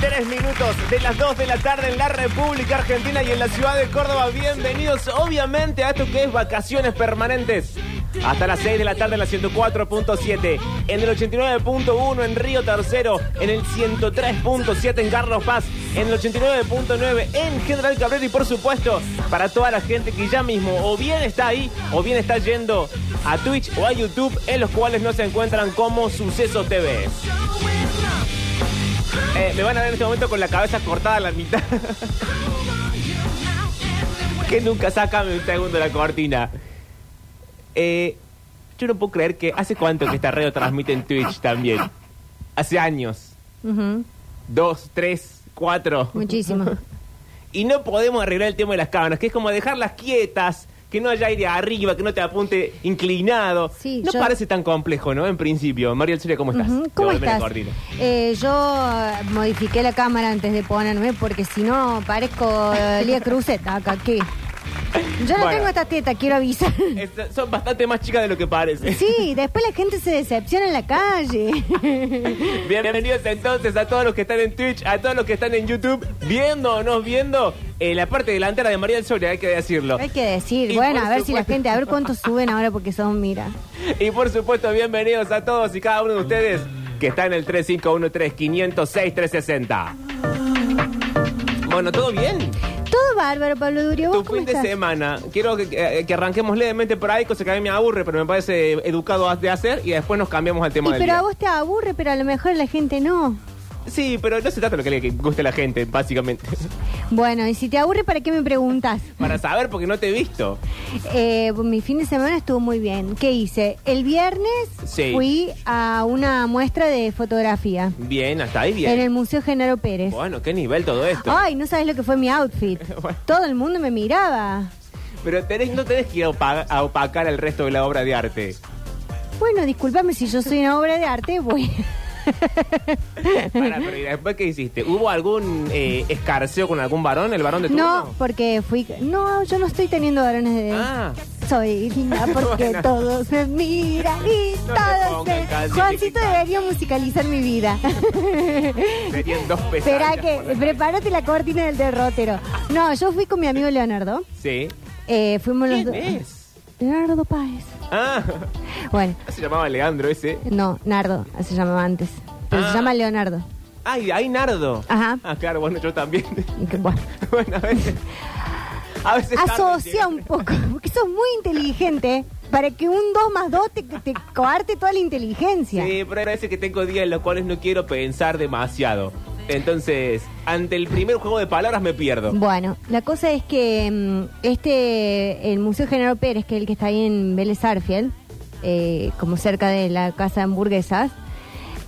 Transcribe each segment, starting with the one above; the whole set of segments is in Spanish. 23 minutos de las 2 de la tarde en la República Argentina y en la ciudad de Córdoba. Bienvenidos, obviamente, a esto que es vacaciones permanentes. Hasta las 6 de la tarde en la 104.7, en el 89.1 en Río Tercero, en el 103.7 en Carlos Paz, en el 89.9 en General Cabrera y, por supuesto, para toda la gente que ya mismo o bien está ahí o bien está yendo a Twitch o a YouTube, en los cuales no se encuentran como Suceso TV. Eh, me van a ver en este momento con la cabeza cortada a la mitad. que nunca saca un segundo la cortina. Eh, yo no puedo creer que. ¿Hace cuánto que esta radio transmite en Twitch también? Hace años. Ujú, Dos, tres, cuatro. Muchísimo. Y no podemos arreglar el tema de las cámaras, que es como dejarlas quietas, que no haya aire arriba, que no te apunte inclinado. Sí, no yo- parece tan complejo, ¿no? En principio. María Celia, ¿cómo estás? Ujú, ¿Cómo Devolveme la estás? cortina. Eh, yo eh, modifiqué la cámara antes de ponerme porque si no parezco eh, Lía Cruzet acá, ¿qué? Yo no Bueno. Eh. tengo esta teta, quiero avisar. Es- son bastante más chicas de lo que parece. Sí, después la gente se decepciona en la calle. Bienvenidos entonces a todos los que están en Twitch, a todos los que están en YouTube, viendo o no viendo eh, la parte delantera de María del Sol, hay que decirlo. Hay que decir, Y bueno, por a ver si la supuesto- gente, a ver cuántos suben ahora porque son, mira. Y por supuesto, bienvenidos a todos y cada uno de ustedes que está en el 3513-506-360. Bueno, ¿todo bien? Todo bárbaro, Pablo Durio. Tu ¿Vos cómo fin de estás? semana. Quiero que, eh, que- que arranquemos levemente por ahí, cosa que a mí me aburre, pero me parece educado de hacer y después nos cambiamos al tema Y del pero día. a vos te aburre, pero a lo mejor la gente no. Sí, pero no se trata de lo que le guste a la gente, básicamente. Bueno, y si te aburre, ¿para qué me preguntas? Para saber, porque no te he visto. Eh, mi fin de semana estuvo muy bien. ¿Qué hice? El viernes Sí. fui a una muestra de fotografía Bien, hasta ahí bien. en el Museo Genaro Pérez. Bueno, qué nivel todo esto. Ay, no sabes lo que fue mi outfit. Bueno. Todo el mundo me miraba. Pero tenés, no tenés que ir a opa- a opacar el resto de la obra de arte. Bueno, discúlpame si yo soy una obra de arte, voy. Pará, pero ¿y después qué hiciste? ¿Hubo algún eh, escarceo con algún varón? ¿El varón de tu No, mano? porque fui. No, yo no estoy teniendo varones de. Ah. Soy linda porque Bueno. todos me miran y No te todos pongas me. casi Juancito chiquita. debería musicalizar mi vida. Serían dos Espera pestañas por que la- prepárate la cortina del derrotero. No, yo fui con mi amigo Leonardo. Sí. Eh, fuimos los ¿Quién dos. es? Leonardo Páez. Ah, Bueno, se llamaba Leandro ese. no, Nardo, se llamaba antes. Pero Ah. se llama Leonardo. Ay, ahí Nardo. Ajá. Ah, claro, bueno, yo también. Y que, bueno, bueno, a veces... A veces asocia tarde, un poco, porque sos muy inteligente para que un 2 más 2 te, te coarte toda la inteligencia. Sí, pero hay veces que tengo días en los cuales no quiero pensar demasiado. Entonces, ante el primer juego de palabras me pierdo. Bueno, la cosa es que mm, este, el Museo General Pérez, que es el que está ahí en Vélez Arfiel, eh, como cerca de la casa de hamburguesas,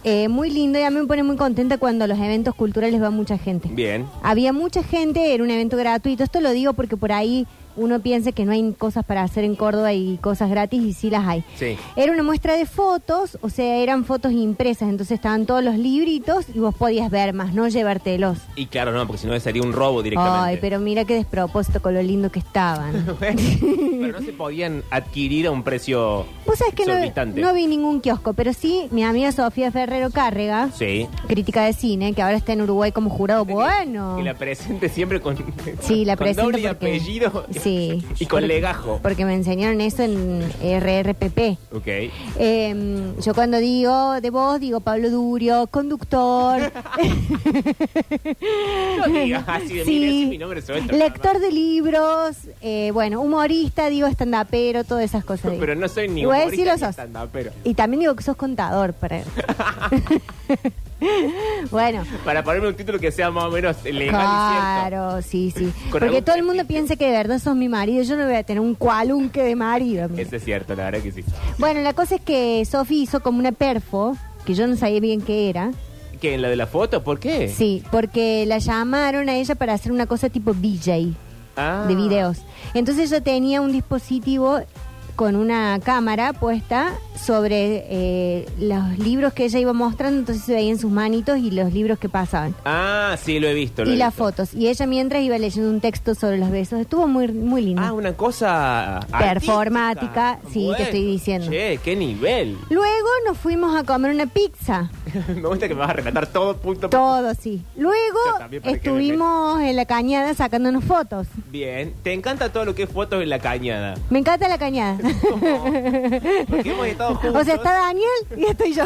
eh, muy lindo y a mí me pone muy contenta cuando a los eventos culturales va mucha gente. Bien. Había mucha gente, era un evento gratuito. Esto lo digo porque por ahí uno piensa que no hay cosas para hacer en Córdoba y cosas gratis y sí las hay. Sí. Era una muestra de fotos, o sea, eran fotos impresas, entonces estaban todos los libritos y vos podías ver más, no llevártelos. Y claro, no, porque si no sería un robo directamente. Ay, pero mira qué despropósito con lo lindo que estaban. pero no se podían adquirir a un precio Vos sabés que no, exorbitante. no vi ningún kiosco, pero sí mi amiga Sofía Ferrero Cárrega, Sí. crítica de cine, que ahora está en Uruguay como jurado. Bueno. Que la presente siempre con, Sí, la con presento doble porque- apellido Sí. y con Porque- legajo. Porque me enseñaron eso en RRPP. Ok. Eh, yo cuando digo de vos, digo Pablo Durio, conductor, No digas así Ah, de sí, mí, decí mi nombre suelto. lector de libros, eh, bueno, humorista, digo estandapero, todas esas cosas. digo. Pero no soy ni Y voy a decir humorista los ni sos. standupero. Y también digo que sos contador para Bueno, Para ponerme un título que sea más o menos legal y claro, sí, sí. Con Porque algún todo el mundo prestigio. piensa que de verdad sos mi marido, yo no voy a tener un cualunque de marido. mira. cierto. Eso es cierto, la verdad que sí. Bueno, la cosa es que Sofi hizo como una perfo, que yo no sabía bien qué era. ¿Que en la de la foto? ¿Por qué? Sí, porque la llamaron a ella para hacer una cosa tipo DJ Ah. de videos. Entonces yo tenía un dispositivo con una cámara puesta sobre eh, los libros que ella iba mostrando, entonces se veían sus manitos y los libros que pasaban. Ah, sí, lo he visto. lo y he las visto. fotos. Y ella mientras iba leyendo un texto sobre los besos. Estuvo muy, muy lindo. Ah, una cosa. Performática, artística. sí, te estoy diciendo. Che, qué nivel. Luego nos fuimos a comer una pizza. me gusta que me vas a relatar todo punto. por Todo, sí. Luego Yo también, para que estuvimos en la cañada sacándonos fotos. punto. Bien. Te encanta todo lo que es fotos en la cañada. Me encanta la cañada. Porque hemos estado juntos. o sea, está Daniel y estoy yo.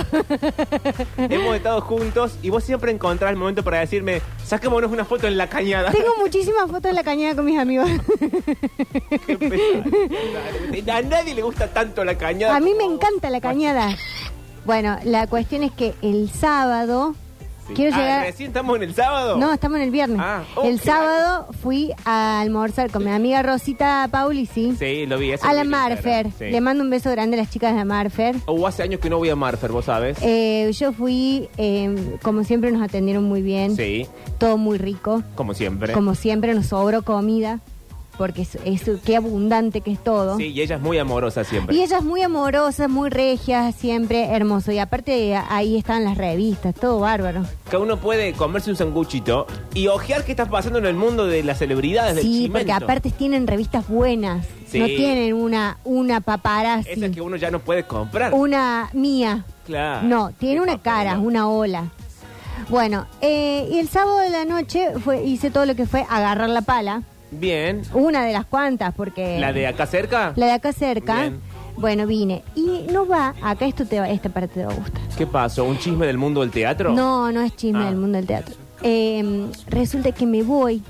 Hemos estado juntos y vos siempre encontrás el momento para decirme, saquémonos una foto en la cañada. Tengo muchísimas fotos en la cañada con mis amigos. Qué pesado. A nadie le gusta tanto la cañada. A mí me como- encanta la cañada. Bueno, la cuestión es que el sábado Sí. quiero Ah, llegar. ¿Recién estamos en el sábado? No, estamos en el viernes. Ah, oh, el qué sábado fui a almorzar con mi amiga Rosita Pauli, sí. Sí, lo vi. eso a lo la vi en Instagram, Marfer. sí. Le mando un beso grande a las chicas de la Marfer. O hace años que no voy a Marfer, vos sabes. Eh, yo fui, eh, como siempre nos atendieron muy bien. Sí, Todo muy rico. como siempre. Como siempre nos sobró comida, porque es, es- qué abundante que es todo. Sí, y ella es muy amorosa siempre. Y ellas muy amorosas, muy regias, siempre hermoso. Y aparte ahí están las revistas, todo bárbaro. Que uno puede comerse un sanguchito y ojear qué está pasando en el mundo Ah, de las celebridades del Sí, porque chimento. aparte tienen revistas buenas. Sí. No tienen una, una paparazzi, Esa que Ah, uno ya no puede comprar. una mía. Claro. No, tiene Qué una cara, papelón. una ola. Bueno, eh, y el sábado de la noche fue, hice todo lo que fue agarrar la pala. Bien. Una de las cuantas, porque... ¿La de acá cerca? Eh. La de acá cerca. Bien. Bueno, vine. Y no va, acá esto te va, esta parte te va a gustar. ¿Qué pasó? ¿Un chisme del mundo del teatro? No, no es chisme Ah. del mundo del teatro. Eh, resulta que me voy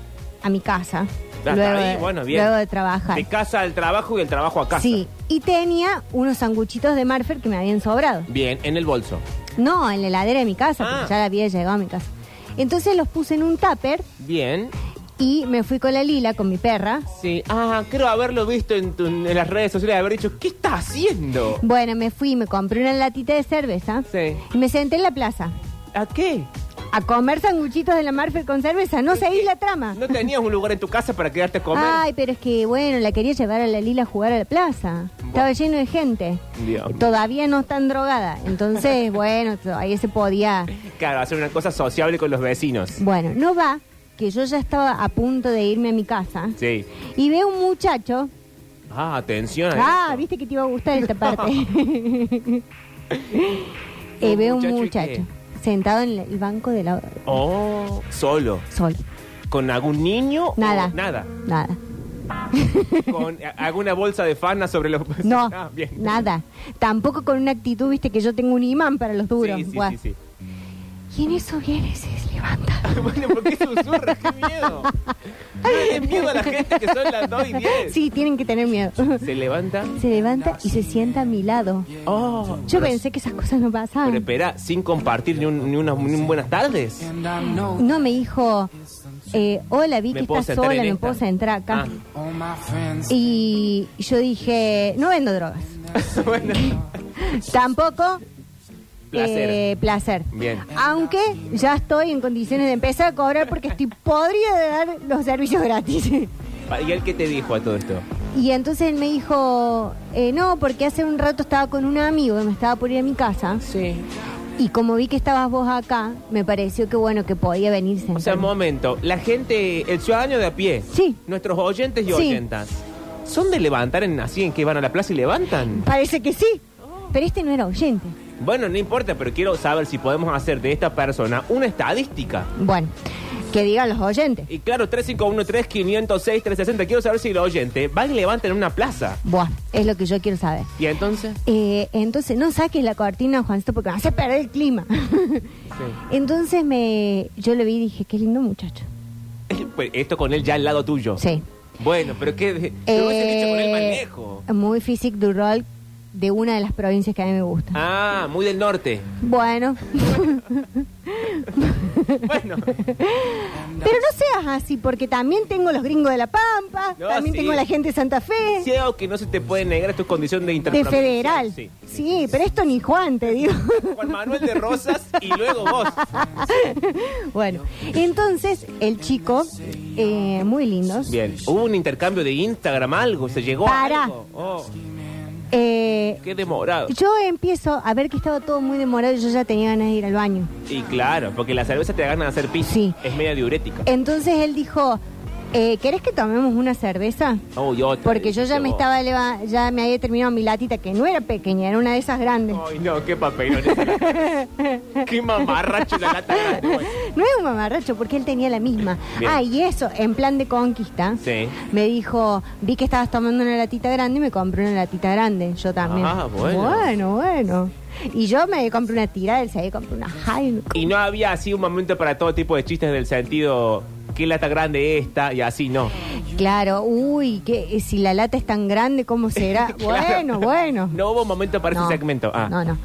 a mi casa. Ya está Luego, Ah, ahí, de, bueno, bien. luego de trabajar. De casa al trabajo y del trabajo a casa. Sí, y tenía unos sanguchitos de Marfer que me habían sobrado. Bien, en el bolso. No, en la heladera de mi casa, Ah. porque ya había llegado a mi casa. Entonces los puse en un tupper Bien. y me fui con la Lila, con mi perra. Sí. Ah, creo haberlo visto en, tu- en las redes sociales, haber dicho, ¿qué está haciendo? Bueno, me fui, me compré una latita de cerveza Sí. y me senté en la plaza ¿A qué? a comer sanguchitos de la Marfer con cerveza. No seguí la trama. ¿No tenías un lugar en tu casa para quedarte a comer? Ah. Ay, pero es que bueno, la quería llevar a la Lila a jugar a la plaza. Bueno. Estaba lleno de gente. Dios mío. Todavía no están drogada. Entonces, bueno, ahí se podía. Claro, hacer una cosa sociable con los vecinos. Bueno, no va, que yo ya estaba a punto de irme a mi casa. Sí. Y veo un muchacho. Ah, atención. a Ah, esto. viste que te iba a gustar esta parte. Eh, veo un muchacho y muchacho sentado en el banco de la Oh, solo. sol. ¿Con algún niño? o Nada. nada. Nada. ¿Con a- alguna bolsa de fana sobre los... No, Ah, bien. nada. Tampoco con una actitud, viste, que yo tengo un imán para los duros. Sí, sí, Buah. sí, sí. Y en eso viene y se levanta. bueno, ¿por qué susurras? ¡Qué miedo! No le den miedo a la gente que son las 2 y 10. Sí, tienen que tener miedo. Se levanta. Se levanta y se sienta a mi lado. Oh, Yo pero- pensé que esas cosas no pasaban. Pero espera, sin compartir ni un, ni una- ni un buenas tardes. No, me dijo, eh, hola, vi ¿Me que puedo estás sentar sola, en me esta? puedo entrar acá. Ah. Y yo dije, no vendo drogas. Ah. bueno, Eh. Tampoco Placer. eh, placer. Bien. Aunque ya estoy en condiciones de empezar a cobrar porque estoy podría de dar los servicios gratis. ¿y él qué te dijo a todo esto? Y entonces él me dijo, eh, no, porque hace un rato estaba con un amigo y me estaba por ir a mi casa. Sí. Y como vi que estabas vos acá, me pareció que bueno que podía venir O sea, un sentarme. momento, la gente, el ciudadano de a pie, Sí. nuestros oyentes y Sí. oyentas, ¿son de levantar en así en que van a la plaza y levantan? Parece que sí, pero este no era oyente. Bueno, no importa, pero quiero saber si podemos hacer de esta persona una estadística. Bueno, que digan los oyentes. Y claro, 351-3506-360, quiero saber si los oyentes van y levantan en una plaza. Buah, es lo que yo quiero saber. ¿Y entonces? Eh, entonces, no saques la cortina, Juancito, porque me hace perder el clima. entonces me, yo lo vi y dije, qué lindo muchacho. Pues esto con él ya al lado tuyo. Sí. Bueno, pero qué... de- Pero vos has dicho con el manejo. Eh, muy physique du rol de una de las provincias que a mí me gusta. Ah, muy del norte. Bueno, Bueno. pero no seas así, porque también tengo los gringos de La Pampa, No, también sí. tengo la gente de Santa Fe. Sí, algo que no se te puede negar es tu condición de De interpretación. federal. Sí, Sí. pero esto ni Juan, te digo. Juan Manuel de Rosas y luego vos. bueno, entonces el chico, eh, muy lindo, Bien, hubo un intercambio de Instagram, algo, se llegó a Para. algo. Oh, Eh, Qué demorado. yo empiezo a ver que estaba todo muy demorado y yo ya tenía ganas de ir al baño. Y claro, porque la cerveza te da ganas de hacer pis. Sí. Eh, Es media diurética. Entonces él dijo, eh, ¿querés que tomemos una cerveza? Oh, y otra, Porque yo dijiste ya me vos. estaba eleva- ya me había terminado mi latita, que no era pequeña, era una de esas grandes. Ay, no, qué papelón. qué mamarracho la lata grande, güey. No es un mamarracho, porque él tenía la misma. Bien. Ah, y eso, en plan de conquista, Sí. me dijo, vi que estabas tomando una latita grande y me compré una latita grande, yo también. Ah, bueno. Bueno, bueno. Y yo me compré una tira, él se había comprado una Heineken. Y no había así un momento para todo tipo de chistes del sentido, qué lata grande esta, y así no. Claro, uy, que eh, si la lata es tan grande, ¿cómo será? Bueno, Claro. bueno. No hubo momento para No, ese segmento. Ah, No, no.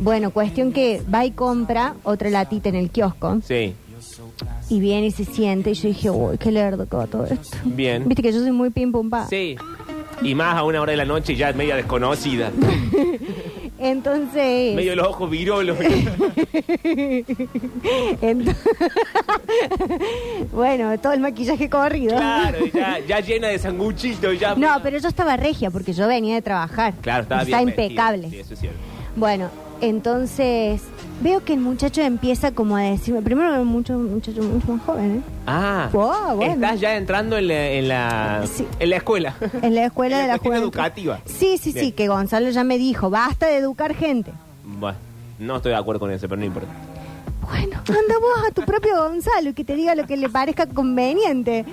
Bueno, cuestión que va y compra otra latita en el kiosco sí. y viene y se siente. Y yo dije, uy, qué lerdo que va todo esto. Bien. Viste que yo soy muy pim pum pa. Sí. Y más a una hora de la noche ya media desconocida. Entonces. medio los ojos virolos. ento- bueno, todo el maquillaje corrido. claro, y ya, ya llena de sanguchito y ya. No, pero yo estaba regia porque yo venía de trabajar. Claro, estaba Está bien. vestida. impecable. Sí, eso es cierto. Bueno, entonces veo que el muchacho empieza como a decirme, primero era mucho, un muchacho mucho más joven, ¿eh? Ah, Wow, bueno. estás ya entrando en la, en la, Sí. en la escuela. En la escuela En la de la cuestión juventud. educativa. Sí, sí, sí, Bien. que Gonzalo ya me dijo, basta de educar gente. Bueno, no estoy de acuerdo con eso, pero no importa. Bueno, anda vos a tu propio Gonzalo y que te diga lo que le parezca conveniente.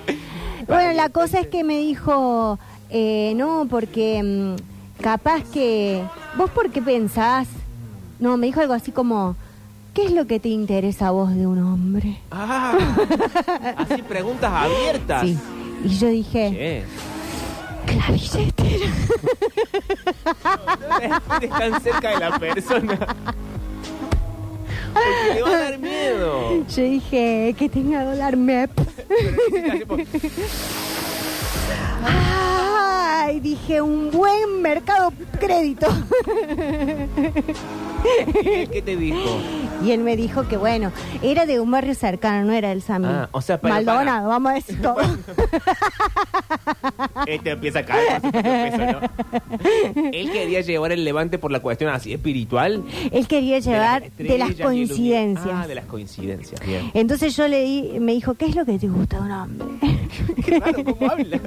Bueno, la cosa es que me dijo, eh, no, porque mm, capaz que... ¿Vos por qué pensás? No, me dijo algo así como, ¿qué es lo que te interesa a vos de un hombre? Ah, así preguntas abiertas. Sí. Y yo dije, Che, clavilletera. están cerca de la persona. Porque le va a dar miedo. Yo dije, que tenga dólar MEP. Ay, dije, un buen mercado crédito. ¿Y ¿Qué te dijo? Y él me dijo que bueno, era de un barrio cercano, no era del Samil. Ah, o sea, pero Maldonado, vamos a decir todo. Este empieza a caer por su propio peso, ¿no? Él quería llevar el levante por la cuestión así espiritual. él quería de las llevar de estrellas las, y el Ah, uni- coincidencias. Ah, de las coincidencias, bien. Entonces yo le di, me dijo, ¿qué es lo que te gusta de un hombre? Qué raro cómo habla.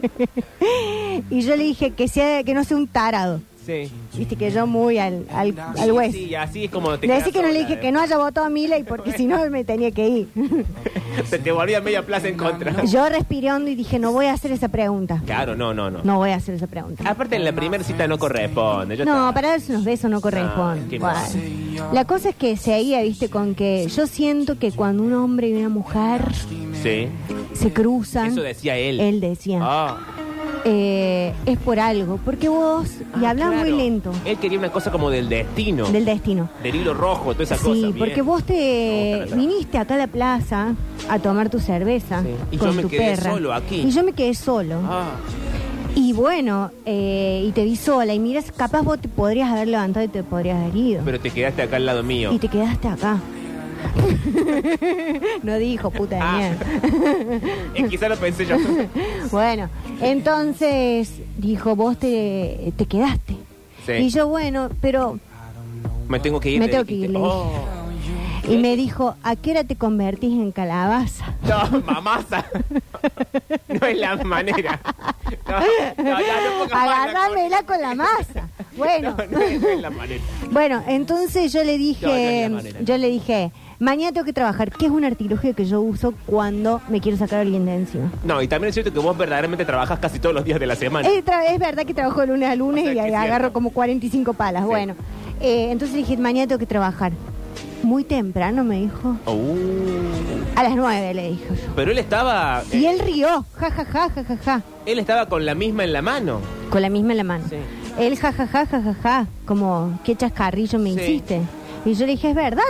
Y yo le dije que sea, que no sea un tarado. Sí. Viste que yo muy al, al, al hueso. Sí, así es como te Le quedas decía que no le sola, dije ¿eh? que no haya votado a Milei porque si no me tenía que ir. Se te volvía media plaza en contra. Yo respiré hondo y dije, no voy a hacer esa pregunta. Claro, no, no, no. No voy a hacer esa pregunta. Aparte, en la primera cita no corresponde. ya No, está. para darse unos besos no Ah, corresponde. qué mal. Bueno. La cosa es que seguía, viste, con que yo siento que cuando un hombre y una mujer Sí. se cruzan, Eso decía él. él decía, Ah, eh, es por algo, porque vos, y ah, hablás muy claro. lento Él quería una cosa como del destino, del destino. del hilo rojo, toda esa cosa. Sí, bien. porque vos Me te gusta la viniste acá a la plaza a tomar tu cerveza Sí. Y con yo me tu quedé perra. solo aquí. Y yo me quedé solo. Ah, Y bueno, eh, y te vi sola. Y miras, capaz vos te podrías haber levantado y te podrías haber ido. pero te quedaste acá al lado mío. Y te quedaste acá. no dijo, puta de Ah. mierda. Eh, quizá lo pensé yo. bueno, entonces dijo, vos te, te quedaste. Sí. Y yo, bueno, pero... me tengo que ir. Me le tengo que ir, dijiste. le dije. Oh, Y me dijo, ¿a qué hora te convertís en calabaza? no, mamasa. no es la manera. No, no, ya no pongas más la Agarrámela con la masa. Bueno, cosa. No, no es no es la manera. bueno, entonces yo No, le no dije, es la manera. yo le dije, mañana tengo que trabajar, que es un artilugio que yo uso cuando me quiero sacar a alguien de encima. No, y también es cierto que vos verdaderamente trabajas casi todos los días de la semana. Es, tra- es verdad que trabajo de lunes a lunes O sea, y que es agarro cierto. como 45 palas. Sí. Bueno, eh, entonces dije, mañana tengo que trabajar. Muy temprano, me dijo. Uh. A las 9, le dijo yo. Pero él estaba. eh, Y él rió, ja, ja, ja, ja, ja, ja, Él estaba con la misma en la mano. con la misma en la mano. Sí. Él, ja, ja, ja, ja, ja, ja, como, qué chascarrillo me Sí. hiciste. Y yo le dije, es verdad.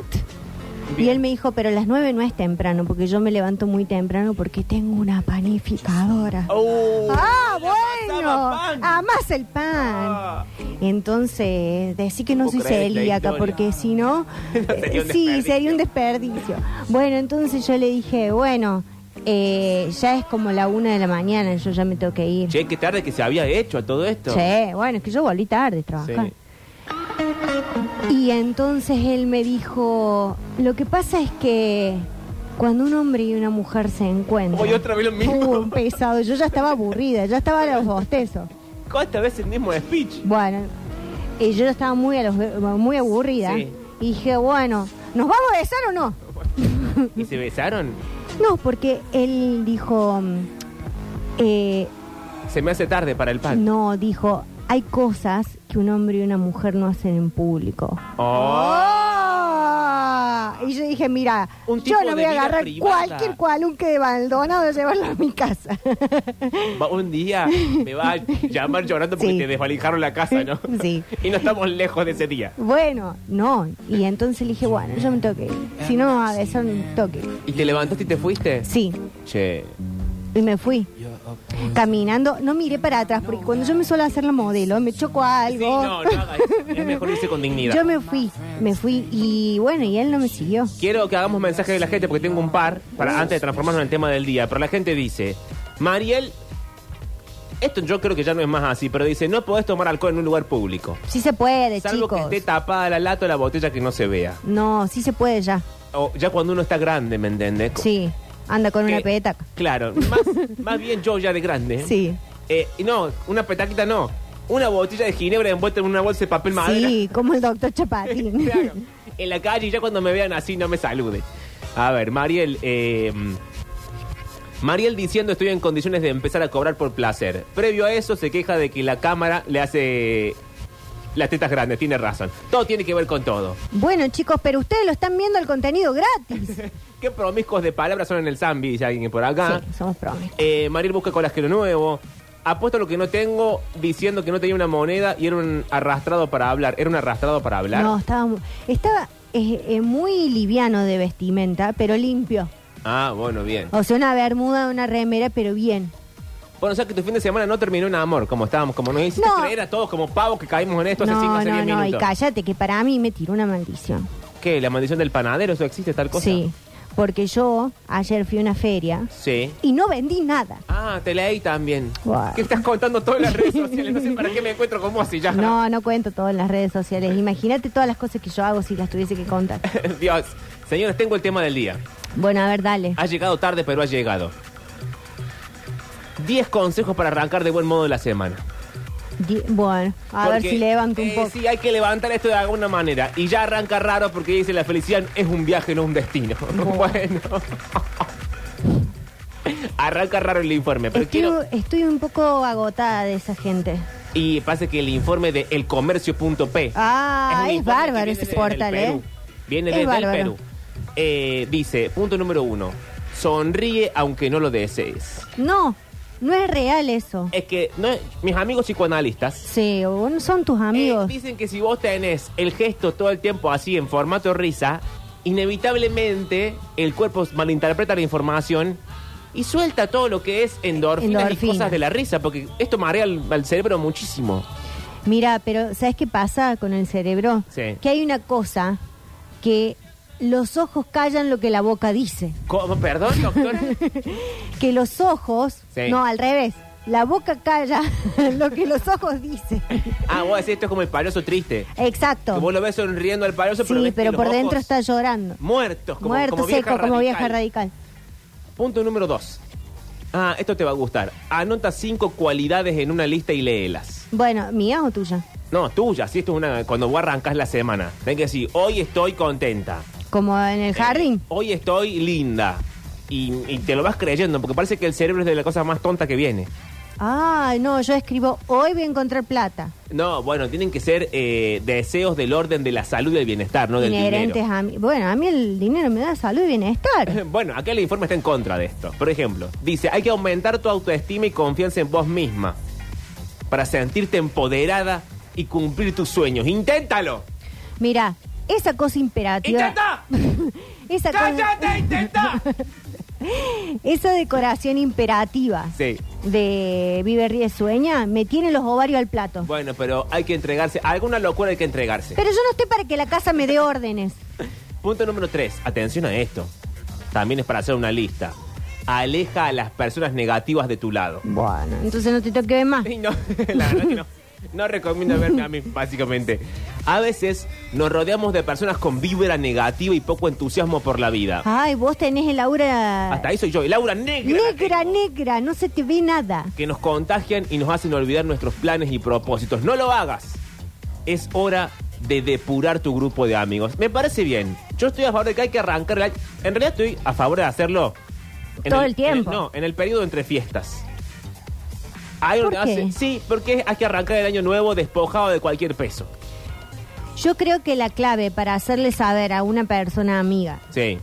Y Bien. él me dijo, pero las 9 no es temprano, porque yo me levanto muy temprano porque tengo una panificadora. Oh, ¡Ah, le bueno! amasaba pan. ¡Amás el pan! Ah. Entonces, decir que no ¿Puedo soy creer esta celíaca, historia? porque si no, Sería un eh, sí, desperdicio. sería un desperdicio. Bueno, entonces yo le dije, bueno, eh, ya es como la una de la mañana, yo ya me tengo que ir. Che, qué tarde que se había hecho a todo esto. Sí, bueno, es que yo volví tarde a trabajar. Sí. Y entonces él me dijo, lo que pasa es que cuando un hombre y una mujer se encuentran... Hoy otra vez lo mismo. Uh, un pesado, yo ya estaba aburrida, ya estaba a los bostezos. ¿Cuántas veces el mismo speech? Bueno, y yo ya estaba muy, a los, muy aburrida. Sí. Y dije, bueno, ¿nos vamos a besar o no? ¿Y se besaron? No, porque él dijo, mm, eh, Se me hace tarde para el pan. no, dijo, hay cosas que un hombre y una mujer no hacen en público. Oh. ¡Oh! Y yo dije, mira, Ah. Un tipo yo de no voy a vida agarrar privada. cualquier cualunque de Maldonado a llevarlo a mi casa. Va- un día me va a llamar llorando porque Sí. te desvalijaron la casa, ¿no? Sí. Y no estamos lejos de ese día. bueno, no. Y entonces le dije, bueno, yo me toque. Si no, a besar un toque. ¿Y te levantaste y te fuiste? Sí, Che. y me fui. Caminando, no miré para atrás, porque cuando yo me suelo hacer la modelo, me choco a algo. Sí, no, no hagas eso. Es mejor irse con dignidad. Yo me fui, me fui y bueno, y él no me siguió. Quiero que hagamos mensajes de la gente porque tengo un par para antes de transformarnos en el tema del día. Pero la gente dice, Mariel, esto yo creo que ya no es más así, pero dice, no podés tomar alcohol en un lugar público. Sí se puede, Salvo chicos. que esté tapada la lata o la botella que no se vea. No, sí se puede ya. O ya cuando uno está grande, ¿me entendés? Sí, anda con una Que- petaca. Claro, más, más bien yo ya de grande. Sí. Eh, y no, una petaquita no. Una botella de ginebra envuelta en una bolsa de papel madera. Sí, como el doctor Chapatín. Claro, en la calle y ya cuando me vean así no me salude. A ver, Mariel, eh, Mariel diciendo estoy en condiciones de empezar a cobrar por placer. Previo a eso se queja de que la cámara le hace las tetas grandes, tiene razón. Todo tiene que ver con todo. Bueno, chicos, pero ustedes lo están viendo el contenido gratis. Qué promiscuos de palabras son en el zambi, si alguien por acá. Sí, somos promes. Eh, Mariel busca colágeno nuevo. Apuesto lo que no tengo diciendo que no tenía una moneda y era un arrastrado para hablar. Era un arrastrado para hablar. No, estaba, mu- estaba eh, eh, muy liviano de vestimenta, pero limpio. Ah, bueno, bien. O sea, una bermuda, una remera, pero bien. Bueno, o sea que tu fin de semana no terminó en amor, como estábamos, como nos hiciste No. creer a todos como pavos que caímos en esto hace 5 No, o 10 no, no, y minutos. cállate, que para mí me tiró una maldición. ¿Qué? ¿La maldición del panadero? ¿Eso existe tal cosa? Sí, porque yo ayer fui a una feria Sí. y no vendí nada. Ah, te leí también. Guau. ¿Qué estás contando todas las redes sociales? No sé para qué me encuentro con vos si ya. No, no cuento todo en las redes sociales. Imagínate todas las cosas que yo hago si las tuviese que contar. Dios. Señores, tengo el tema del día. Bueno, a ver, dale. Ha llegado tarde, pero ha llegado. 10 consejos para arrancar de buen modo la semana. Di- bueno, a ver Porque, si levanto un eh, poco. Sí, hay que levantar esto de alguna manera. Y ya arranca raro porque dice la felicidad es un viaje, no un destino. bueno. arranca raro el informe. Pero Estoy, quiero- estoy un poco agotada de esa gente. Y pasa que el informe de elcomercio.p. Ah, un es informe que bárbaro viene ese desde el portal, ¿eh? Perú. Viene Es desde el bárbaro. Perú. Eh, dice, punto número uno. Sonríe aunque no lo desees. No, no es real eso. Es que no, mis amigos psicoanalistas Sí, o no son tus Eh, amigos. dicen que si vos tenés el gesto todo el tiempo así en formato risa, inevitablemente el cuerpo malinterpreta la información y suelta todo lo que es endorfinas Endorfina. y cosas de la risa, porque esto marea al, al cerebro muchísimo. Mira, pero ¿sabes qué pasa con el cerebro? Sí. Que hay una cosa que los ojos callan lo que la boca dice. ¿Cómo? ¿Perdón, doctor? Que los ojos... Sí. No, al revés. La boca calla lo que los ojos dicen. ah, vos decís esto es como el payoso triste. Exacto. Que vos lo ves sonriendo al payoso, pero sí, ves que pero los por ojos dentro está llorando. Muertos, como, Muerto, como seco, vieja como radical. vieja radical. Punto número dos. Ah, esto te va a gustar. Anota cinco cualidades en una lista y léelas. Bueno, ¿mía o tuya? No, tuya, sí, esto es una. Cuando vos arrancás la semana. Tenés que decir, hoy estoy contenta. Como en el jardín. Eh, hoy estoy linda. Y, y te lo vas creyendo, porque parece que el cerebro es de la cosa más tonta que viene. Ah, no, yo escribo, hoy voy a encontrar plata. No, bueno, tienen que ser eh, deseos del orden de la salud y del bienestar, no del Inherentes dinero. a mí. Bueno, a mí el dinero me da salud y bienestar. Bueno, acá el informe está en contra de esto. Por ejemplo, dice, hay que aumentar tu autoestima y confianza en vos misma para sentirte empoderada y cumplir tus sueños. ¡Inténtalo! Mira, esa cosa imperativa. ¡Intenta! Esa, cosa- ¡Cállate, intenta! esa decoración imperativa Sí. de Vive Ríe Sueña me tiene los ovarios al plato. Bueno, pero hay que entregarse. A alguna locura hay que entregarse. Pero yo no estoy para que la casa me dé órdenes. Punto número 3. Atención a esto. También es para hacer una lista. aleja a las personas negativas de tu lado. Bueno, entonces no te toques más. Y no, la verdad que no. No recomiendo verme a mí, básicamente. A veces nos rodeamos de personas con vibra negativa y poco entusiasmo por la vida. Ay, vos tenés el aura Hasta ahí soy yo, el aura negra. la negra, tengo, negra, no se te ve nada. Que nos contagian y nos hacen olvidar nuestros planes y propósitos. No lo hagas. Es hora de depurar tu grupo de amigos. Me parece bien. Yo estoy a favor de que hay que arrancar. la- En realidad estoy a favor de hacerlo. Todo el tiempo. en no, en el periodo entre fiestas. Ahí ¿Por donde hace- qué? sí, porque hay que arrancar el año nuevo despojado de cualquier peso. Yo creo que la clave para hacerle saber a una persona amiga Sí.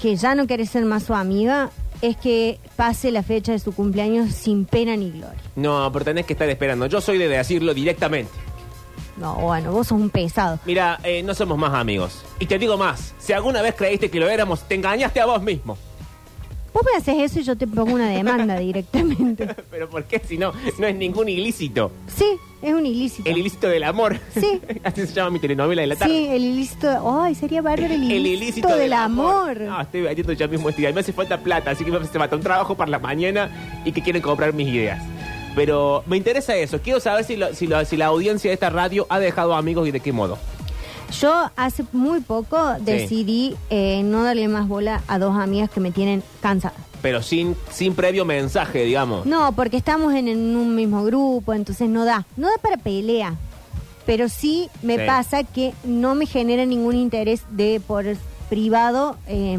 que ya no querés ser más su amiga es que pase la fecha de su cumpleaños sin pena ni gloria. No, pero tenés que estar esperando. Yo soy de decirlo directamente. No, bueno, vos sos un pesado. Mira, eh, no somos más amigos. Y te digo más, si alguna vez creíste que lo éramos, te engañaste a vos mismo. Vos me haces eso y yo te pongo una demanda directamente. Pero ¿por qué si no? No es ningún ilícito. Sí, es un ilícito. El ilícito del amor. Sí. Así se llama mi telenovela de la tarde. Sí, el ilícito. Ay, sería bárbaro el ilícito, del, amor. Ah. No, estoy vendiendo ya mismo esta idea. Me hace falta plata, así que me hace falta un trabajo para la mañana y que quieren comprar mis ideas. Pero me interesa eso. Quiero saber si, lo- si lo- si la audiencia de esta radio ha dejado amigos y de qué modo. Yo hace muy poco decidí eh, no darle más bola a dos amigas que me tienen cansada. Pero sin, sin previo mensaje, digamos. No, porque estamos en, en un mismo grupo, entonces no da. No da para pelea. Pero sí me Sí. pasa que no me genera ningún interés de por privado eh,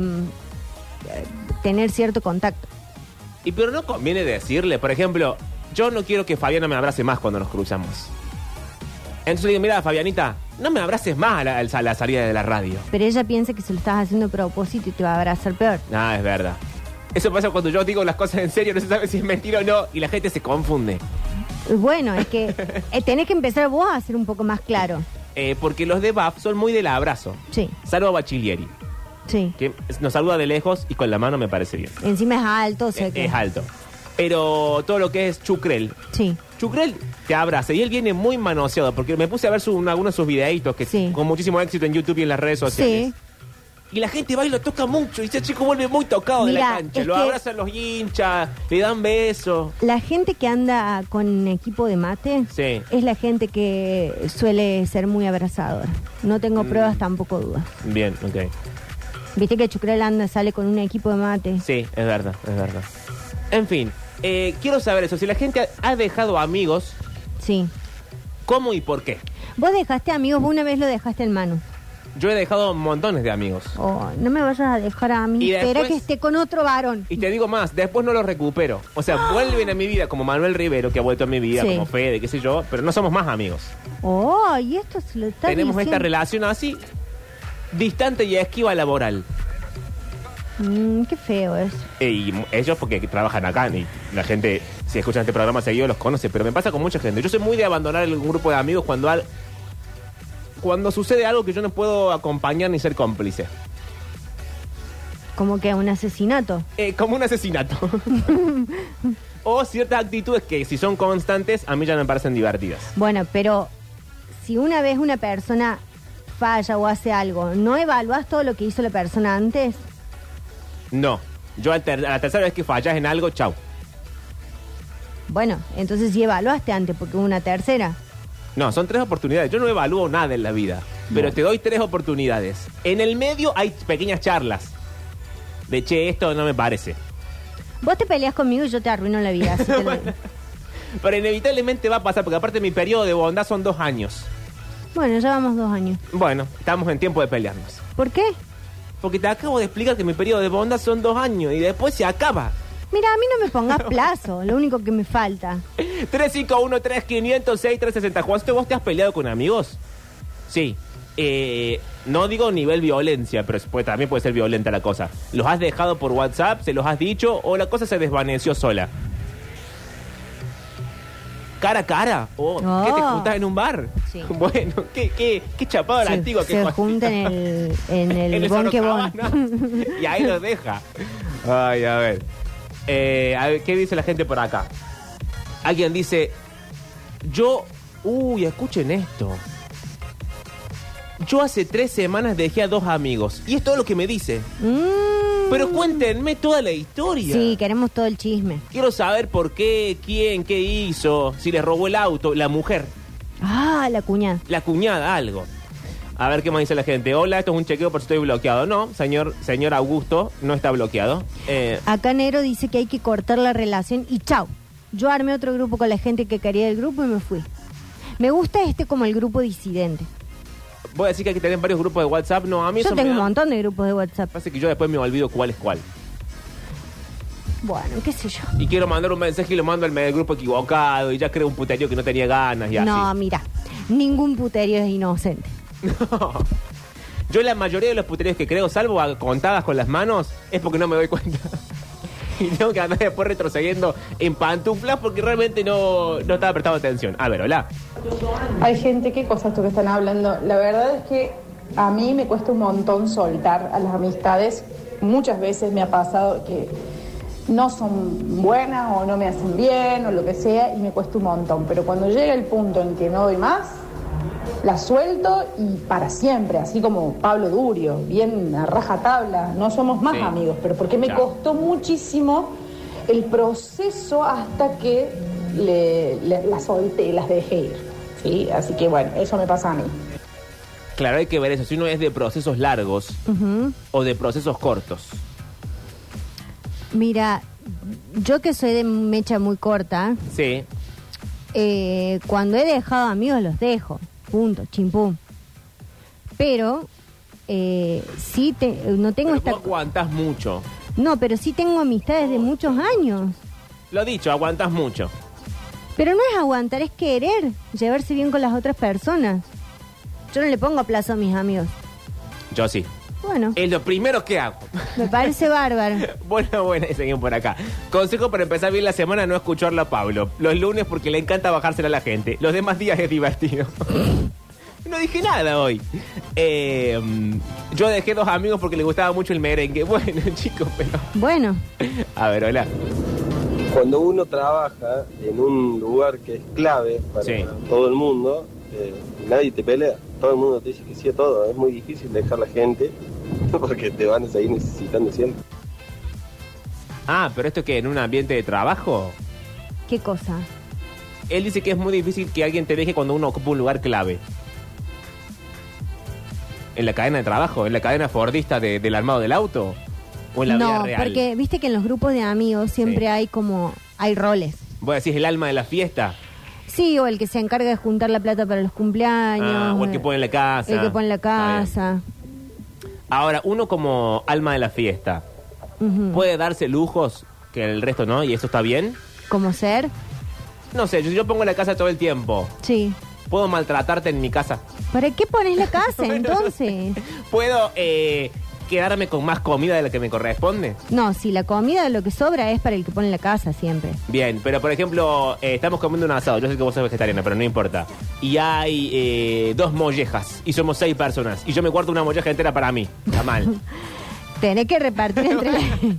eh, tener cierto contacto. Y pero no conviene decirle, por ejemplo, yo no quiero que Fabiana me abrace más cuando nos cruzamos. Entonces le digo, mira, Fabianita, no me abraces más a la, a la salida de la radio. Pero ella piensa que se lo estás haciendo a propósito y te va a abrazar peor. Ah, es verdad. Eso pasa cuando yo digo las cosas en serio, no se sabe si es mentira o no, y la gente se confunde. Bueno, es que eh, tenés que empezar vos a ser un poco más claro. Eh, porque los de BAF son muy del abrazo. Sí, Salvo a Bachilleri, sí. que nos saluda de lejos y con la mano me parece bien. Encima es alto, o sea Eh, que... es alto. Pero todo lo que es Chucrel. Sí. Chucrel te abraza y él viene muy manoseado porque me puse a ver su- un- algunos de sus videitos que Sí. con muchísimo éxito en YouTube y en las redes sociales. Sí. Y la gente va y lo toca mucho y ese chico vuelve muy tocado de la Mira, cancha. es Lo que- abrazan los hinchas, le dan besos. La gente que anda con equipo de mate Sí. es la gente que suele ser muy abrazadora. No tengo Mm. pruebas, tampoco dudas. Bien, ok. Viste que Chucrel anda, sale con un equipo de mate. Sí, es verdad, es verdad. En fin, eh, quiero saber eso. Si la gente ha- ha dejado amigos, Sí. ¿cómo y por qué? Vos dejaste amigos, vos una vez lo dejaste en mano. Yo he dejado montones de amigos. Oh, no me vayas a dejar a mí. Y Espera después- que esté con otro varón. Y te digo más, después no los recupero. O sea, vuelven a mi vida como Manuel Rivero, que ha vuelto a mi vida, ¡Ah! Sí. como Fede, qué sé yo, pero no somos más amigos. Oh, y esto se lo está Tenemos esta diciendo. relación así, distante y esquiva laboral. Mm, qué feo es. Eh, Y m- ellos porque trabajan acá y la gente, si escuchan este programa seguido, los conoce, pero me pasa con mucha gente. Yo soy muy de abandonar el grupo de amigos cuando, al- cuando sucede algo que yo no puedo acompañar ni ser cómplice. Como que un asesinato. Eh, como un asesinato. o ciertas actitudes que si son constantes a mí ya me parecen divertidas. Bueno, pero si una vez una persona falla o hace algo, ¿no evaluás todo lo que hizo la persona antes? No, yo al ter- a la tercera vez que fallas en algo, chau. Bueno, entonces sí evaluaste antes porque hubo una tercera. No, son tres oportunidades. Yo no evalúo nada en la vida, pero te doy tres oportunidades. En el medio hay pequeñas charlas. De che, esto no me parece. Vos te peleas conmigo y yo te arruino la vida. así te lo digo. Pero inevitablemente va a pasar, porque aparte mi periodo de bondad son dos años. Bueno, ya vamos dos años. Bueno, estamos en tiempo de pelearnos. ¿Por qué? Porque te acabo de explicar que mi periodo de bondad son dos años y después se acaba. Mira, a mí no me pongas plazo, lo único que me falta. 351-3506-360. Juan, ¿tú- ¿vos te has peleado con amigos? Sí. Eh, no digo nivel violencia, pero se puede- también puede ser violenta la cosa. ¿Los has dejado por WhatsApp? ¿Se los has dicho? ¿O la cosa se desvaneció sola? ¿Cara a cara? ¿O Oh. ¿Qué te juntas en un bar? Sí. Bueno, qué, qué, qué chapado la antigua Se, que se Juan- junta en el, en el, en Ah, bon que bon. Sorocabana. Y ahí los deja. Ay, a ver. Eh, a ver, ¿qué dice la gente por acá? Alguien dice, yo... Uy, escuchen esto. Yo hace tres semanas dejé a dos amigos. Y es todo lo que me dice. Mm, Pero cuéntenme toda la historia. Sí, queremos todo el chisme. Quiero saber por qué, quién, qué hizo, si les robó el auto, la mujer, Ah, la cuñada. la cuñada, algo. A ver qué más dice la gente. Hola, esto es un chequeo por si estoy bloqueado. No, señor, señor Augusto, no está bloqueado. Eh, Acá Nero dice que hay que cortar la relación y chau. Yo armé otro grupo con la gente que quería del grupo y me fui. Me gusta este como el grupo disidente. voy a decir que aquí tenés varios grupos de WhatsApp. No, a mí Yo eso tengo me un da- montón de grupos de WhatsApp. Pasa que yo después me olvido cuál es cuál. Bueno, qué sé yo. Y quiero mandar un mensaje y lo mando al medio del grupo equivocado y ya creo un puterío que no tenía ganas y No, así. mira, ningún puterio es inocente. Yo la mayoría de los puteríos que creo, salvo a contadas con las manos, es porque no me doy cuenta. y tengo que andar después retrocediendo en pantuflas porque realmente no, no estaba prestando atención. A ver, hola. Hay gente, qué cosas tú que están hablando. La verdad es que a mí me cuesta un montón soltar a las amistades. Muchas veces me ha pasado que no son buenas o no me hacen bien o lo que sea y me cuesta un montón. Pero cuando llega el punto en que no doy más, la suelto y para siempre, así como Pablo Durio, bien a rajatabla. No somos más Sí. amigos, pero porque me Ya. costó muchísimo el proceso hasta que le- le- las solté y las dejé ir. ¿sí? Así que bueno, eso me pasa a mí. Claro, hay que ver eso. Si uno es de procesos largos o de procesos cortos. Mira, yo que soy de mecha muy corta, Sí. eh, cuando he dejado amigos los dejo. Punto, chimpum. Pero eh, sí te- no tengo Pero esta... vos aguantás mucho. No, pero sí tengo amistades de muchos años. Lo dicho, aguantás mucho. Pero no es aguantar, es querer llevarse bien con las otras personas. Yo no le pongo plazo a mis amigos. Yo sí. Bueno, Es lo primero que hago. me parece bárbaro. Bueno, bueno, y seguimos por acá. Consejo para empezar bien la semana, no escucharla a Pablo. Los lunes porque le encanta bajársela a la gente. Los demás días es divertido. No dije nada hoy. Eh, yo dejé dos amigos porque les gustaba mucho el merengue. Bueno, chicos, pero... Bueno, A ver, hola. Cuando uno trabaja en un lugar que es clave para Sí. todo el mundo, eh, nadie te pelea, todo el mundo te dice que sí a todo, es muy difícil dejar la gente porque te van a seguir necesitando siempre. Ah, pero esto que en un ambiente de trabajo. qué cosa. Él dice que es muy difícil que alguien te deje cuando uno ocupa un lugar clave. En la cadena de trabajo, en la cadena fordista de- del armado del auto. O en la vida no, real. porque viste que en los grupos de amigos siempre Sí. hay como, hay roles. Vos decís el alma de la fiesta. Sí, o el que se encarga de juntar la plata para los cumpleaños. Ah, o el que pone en la casa. El que pone en la Está bien. casa. Ahora, uno como alma de la fiesta, Ujú. ¿puede darse lujos que el resto no? ¿Y eso está bien? ¿Cómo ser? No sé, yo, yo pongo la casa todo el tiempo. Sí. ¿Puedo maltratarte en mi casa? ¿Para qué pones la casa Bueno, entonces? ¿Puedo eh, quedarme con más comida de la que me corresponde? No, si la comida lo que sobra es para el que pone la casa siempre. Bien, pero por ejemplo, eh, estamos comiendo un asado. Yo sé que vos sos vegetariana, pero no importa. Y hay eh, dos mollejas y somos seis personas. Y yo me guardo una molleja entera para mí. Está mal. Tenés que repartir entre la-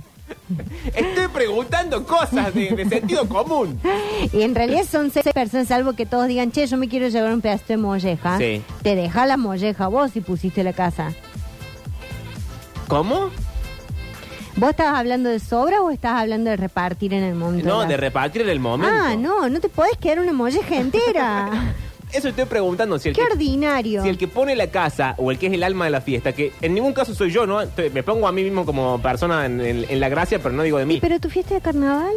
Estoy preguntando cosas de, de sentido común. Y en realidad son seis personas, salvo que todos digan, che, yo me quiero llevar un pedazo de molleja. Sí. Te deja la molleja vos si pusiste la casa. ¿Cómo? ¿Vos estabas hablando de sobra o estás hablando de repartir en el momento? No, la- de repartir en el momento. Ah, no, no te podés quedar una molleja entera. Eso estoy preguntando si el Qué que- ordinario. Si el que pone la casa o el que es el alma de la fiesta, que en ningún caso soy yo, ¿no? Estoy- me pongo a mí mismo como persona en, en- en la gracia, pero no digo de mí. ¿Y pero tu fiesta de carnaval?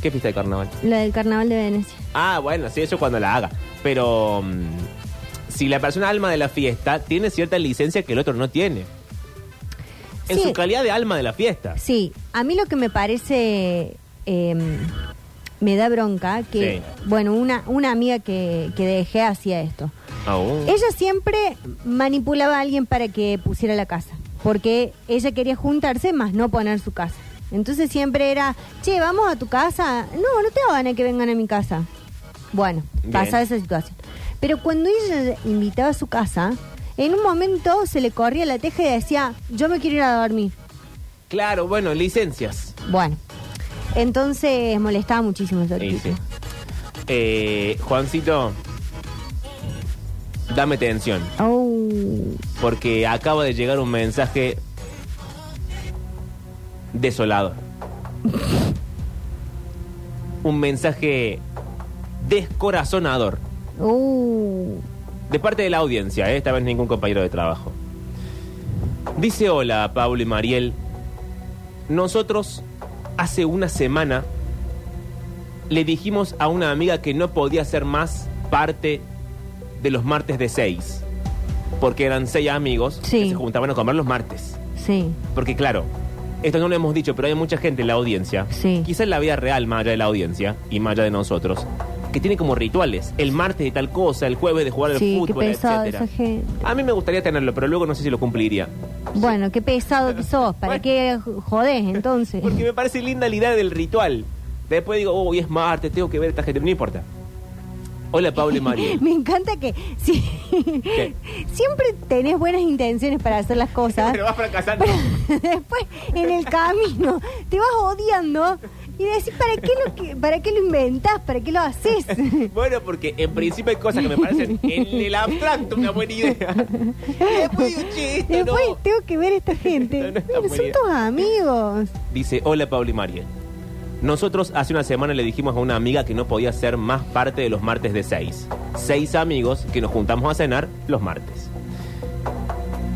¿Qué fiesta de carnaval? La del carnaval de Venecia. Ah, bueno, sí, eso cuando la haga. Pero mm, si la persona alma de la fiesta tiene cierta licencia que el otro no tiene. En Sí. su calidad de alma de la fiesta. Sí, a mí lo que me parece eh, me da bronca que, Sí. bueno, una, una amiga que, que dejé hacía esto. Aún. Ella siempre manipulaba a alguien para que pusiera la casa, porque ella quería juntarse más no poner su casa. Entonces siempre era, che, vamos a tu casa. No, no te van a que vengan a mi casa. Bueno, Bien. pasaba esa situación. Pero cuando ella invitaba a su casa, en un momento se le corría la teja y decía, yo me quiero ir a dormir. Claro, bueno, licencias. Bueno, entonces molestaba muchísimo eso. Y sí. Eh, Juancito, dame tensión. Oh, porque acaba de llegar un mensaje desolador. Un mensaje descorazonador Uh, de parte de la audiencia, ¿eh? esta vez ningún compañero de trabajo. Dice hola, Pablo y Mariel. Nosotros hace una semana le dijimos a una amiga que no podía ser más parte de los martes de seis, porque eran seis amigos Sí. que se juntaban a comer los martes. sí. Porque claro, esto no lo hemos dicho, pero hay mucha gente en la audiencia, Sí. quizás en la vida real más allá de la audiencia y más allá de nosotros, que tiene como rituales, el martes de tal cosa, el jueves de jugar al sí, qué fútbol, pesado etcétera. esa gente. A mí me gustaría tenerlo, pero luego no sé si lo cumpliría. Bueno, qué pesado que sos. ¿Para Bueno. qué jodés entonces? Porque me parece linda la idea del ritual. Después digo, oh, hoy es martes, tengo que ver esta gente, no importa. Hola, Pablo y María. Me encanta que sí, ¿Qué? siempre tenés buenas intenciones para hacer las cosas. Pero vas fracasando. Después, en el camino, te vas odiando y decís, ¿para qué lo, que- para qué lo inventás? ¿Para qué lo haces? Bueno, porque en principio hay cosas que me parecen en el abstracto una buena idea. Y después digo, che, esto no. Después tengo que ver a esta No, gente. no está Pero muy son bien. tus amigos. Dice, hola Pablo y Mariel. Nosotros hace una semana le dijimos a una amiga que no podía ser más parte de los martes de seis. Seis amigos que nos juntamos a cenar los martes.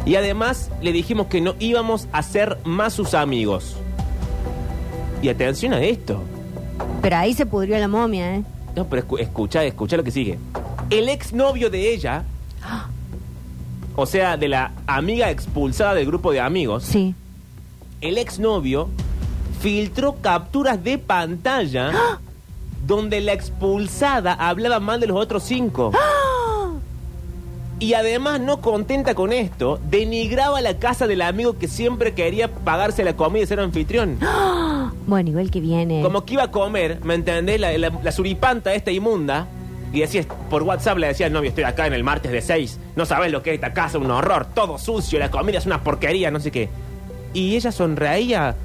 Y además le dijimos que no íbamos a ser más sus amigos. Y atención a esto. Pero ahí se pudrió la momia, ¿eh? No, pero escu- escucha, escucha lo que sigue. El exnovio de ella, o sea, de la amiga expulsada del grupo de amigos, Sí. el exnovio filtró capturas de pantalla donde la expulsada hablaba mal de los otros cinco. Y además, no contenta con esto, denigraba la casa del amigo que siempre quería pagarse la comida y ser anfitrión. Bueno, igual que viene. Como que iba a comer, ¿me entendés? La, la- la suripanta esta inmunda. Y decías, por WhatsApp le decía, no, yo estoy acá en el martes de 6. No sabes lo que es esta casa, un horror, todo sucio, la comida es una porquería, no sé qué. Y ella sonreía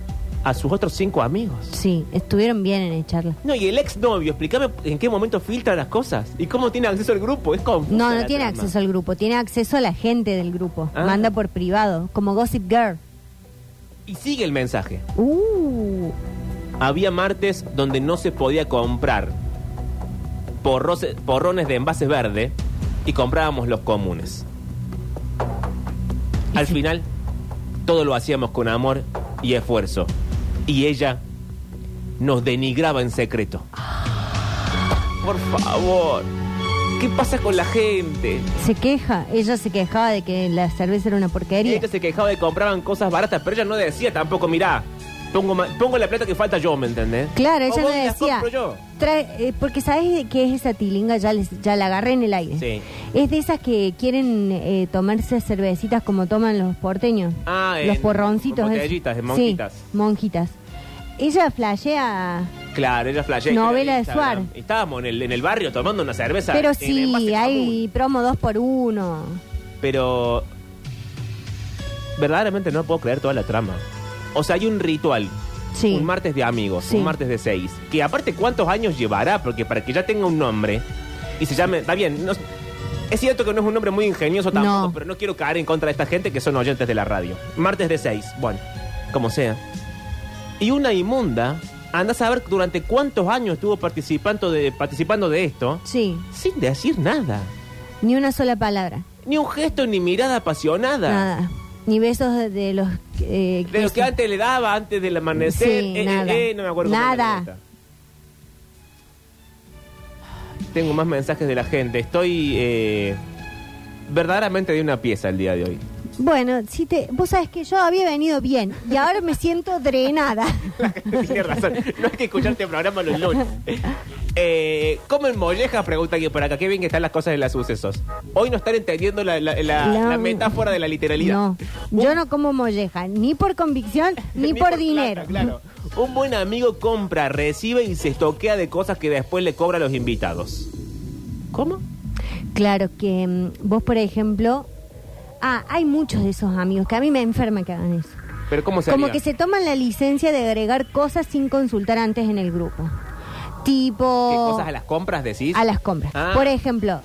a sus otros cinco amigos. Sí, estuvieron bien en echarla. No, y el exnovio, explícame en qué momento filtra las cosas. ¿Y cómo tiene acceso al grupo? Es confuso. No, no tiene acceso al grupo, tiene acceso a la gente del grupo. Ah. Manda por privado, como Gossip Girl. Y sigue el mensaje. Uh, Había martes donde no se podía comprar porros- porrones de envases verde y comprábamos los comunes. Al final, todo lo hacíamos con amor y esfuerzo. Y ella nos denigraba en secreto. Ah. Por favor, ¿qué pasa con la gente? se queja, ella se quejaba de que la cerveza era una porquería. Ella se quejaba de que compraban cosas baratas, pero ella no decía tampoco, mirá, pongo, ma- pongo la plata que falta yo, ¿me entendés? Claro, O ella no vos las decía. compro yo. trae- eh, porque sabes que es esa tilinga, ya, les- ya la agarré en el aire. Sí. Es de esas que quieren eh, tomarse cervecitas como toman los porteños. Ah, los en- porroncitos. en es- botellitas, en Sí, monjitas. monjitas. Ella flashea Claro, ella flashea. Novela de Instagram. Suar. Y Estábamos en el, en el barrio tomando una cerveza. Pero en sí, envase hay promo 2 por 1 común. Pero. Verdaderamente no puedo creer toda la trama. O sea, hay un ritual. Sí. Un martes de amigos, Sí. un martes de seis. Que aparte, ¿cuántos años llevará? Porque para que ya tenga un nombre y se llame. Está bien, no- es cierto que no es un nombre muy ingenioso tampoco, No. pero no quiero caer en contra de esta gente que son oyentes de la radio. Martes de seis, bueno, como sea. Y una inmunda, anda a saber durante cuántos años estuvo participando de, participando de esto Sí, sin decir nada. ni una sola palabra. Ni un gesto ni mirada apasionada. Nada. Ni besos de, de los. eh, De lo que antes le daba, antes del amanecer. Sí, eh, eh, nada. eh, no me acuerdo cómo era Nada. esta. Tengo más mensajes de la gente. Estoy eh, verdaderamente de una pieza el día de hoy. Bueno, si te, vos sabes que yo había venido bien y ahora me siento drenada. Tienes razón. No hay que escuchar este programa los lunes. Eh, ¿Comen mollejas? Pregunta aquí por acá. Qué bien que están las cosas de los sucesos. Hoy no están entendiendo la, la- la- La- la metáfora de la literalidad. No, yo no como molleja, ni por convicción, ni, por, plata, dinero. claro. Un buen amigo compra, recibe y se estoquea de cosas que después le cobra a los invitados. ¿Cómo? Claro que mm, vos, por ejemplo. Ah, hay muchos de esos amigos que a mí me enferma que hagan eso. ¿Pero cómo se Como haría? que se toman la licencia de agregar cosas sin consultar antes en el grupo. ¿Qué Tipo. cosas a las compras decís? a las compras. Ah. Por ejemplo,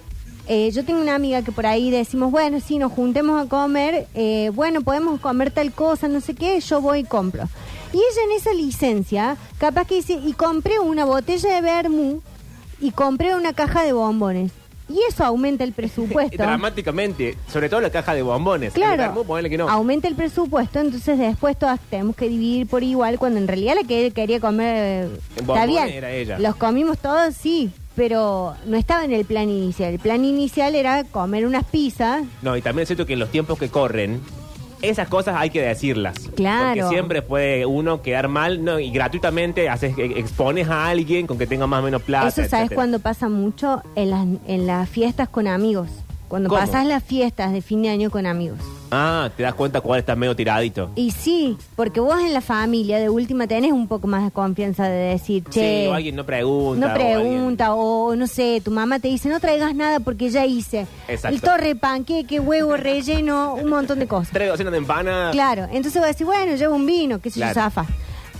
Eh, yo tengo una amiga que por ahí decimos, bueno, si nos juntemos a comer, eh, bueno, podemos comer tal cosa, no sé qué, yo voy y compro. Y ella en esa licencia, capaz que dice, y compré una botella de vermú y compré una caja de bombones. Y eso aumenta el presupuesto. Dramáticamente, sobre todo la caja de bombones. Claro, El vermú, ponele que no. aumenta el presupuesto, entonces después todas tenemos que dividir por igual, cuando en realidad la que quería comer... eh, Está Bombón bien, era ella. los comimos todos, sí, pero no estaba en el plan inicial. El plan inicial era comer unas pizzas. No, y también es cierto que en los tiempos que corren, esas cosas hay que decirlas. Claro. Porque siempre puede uno quedar mal no, y gratuitamente haces, e- expones a alguien con que tenga más o menos plata. Eso sabes etcétera. cuando pasa mucho en las, en las fiestas con amigos. Cuando ¿Cómo? pasas las fiestas de fin de año con amigos. Ah, te das cuenta cuál está medio tiradito. Y sí, porque vos en la familia de última tenés un poco más de confianza de decir, che, Sí, o alguien no pregunta. no o alguien- pregunta, o, no sé, tu mamá te dice, no traigas nada porque ya hice Exacto. el torre panqueque, huevo relleno, un montón de cosas. Tres docenas de empanadas. Claro, entonces vos decís, bueno, llevo un vino, qué sé yo, Claro. zafa.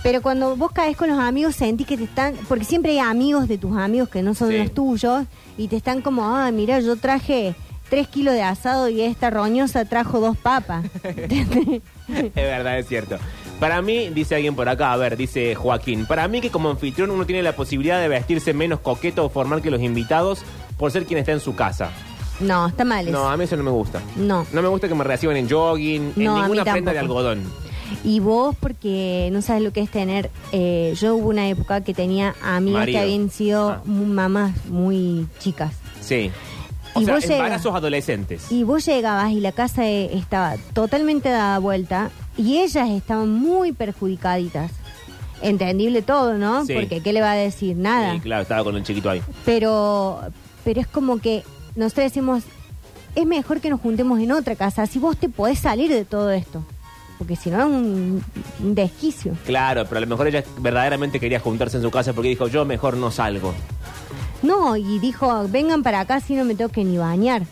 Pero cuando vos caes con los amigos, sentís que te están. Porque siempre hay amigos de tus amigos que no son Sí. los tuyos y te están como, ah, mira, yo traje tres kilos de asado y esta roñosa trajo dos papas. Es verdad, es cierto. Para mí, dice alguien por acá, a ver, dice Joaquín, para mí que como anfitrión uno tiene la posibilidad de vestirse menos coqueto o formal que los invitados por ser quien está en su casa. no, está mal eso. No, a mí eso no me gusta. No. No me gusta que me reciban en jogging, en No, a mí ninguna prenda de tampoco. algodón. Y vos, porque no sabes lo que es tener. eh, yo hubo una época que tenía amigas Marido. que habían sido Ah. mu- mamás muy chicas. Sí. O Y sea, vos llegas. embarazos adolescentes. Y vos llegabas y la casa eh, estaba totalmente dada vuelta y ellas estaban muy perjudicaditas. Entendible todo, ¿no? Sí. Porque ¿qué le va a decir? Nada. Sí, claro, estaba con el chiquito ahí. Pero pero es como que nosotros decimos, es mejor que nos juntemos en otra casa, así vos te podés salir de todo esto. Porque si no es un, un desquicio. Claro, pero a lo mejor ella verdaderamente quería juntarse en su casa porque dijo, yo mejor no salgo. No, y dijo, vengan para acá si no me tengo que ni bañar.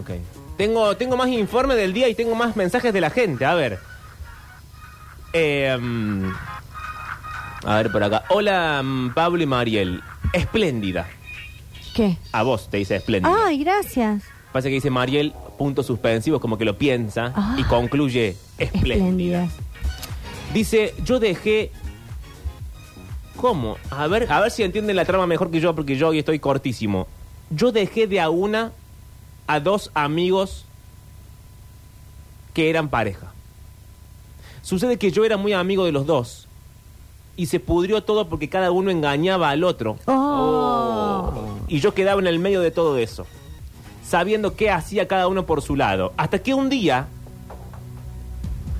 Ok. Tengo, tengo más informe del día y tengo más mensajes de la gente. A ver. Eh, mm, a ver por acá. Hola, mm, Pablo y Mariel. Espléndida. ¿Qué? A vos te dice espléndida. Ay, gracias. Pasa que dice Mariel, puntos suspensivos, como que lo piensa Ah. y concluye espléndida. Espléndida. Dice, yo dejé. ¿Cómo? A ver, a ver si entienden la trama mejor que yo, porque yo hoy estoy cortísimo. Yo dejé de a una a dos amigos que eran pareja. Sucede que yo era muy amigo de los dos. Y se pudrió todo porque cada uno engañaba al otro. Oh. Y yo quedaba en el medio de todo eso. Sabiendo qué hacía cada uno por su lado. Hasta que un día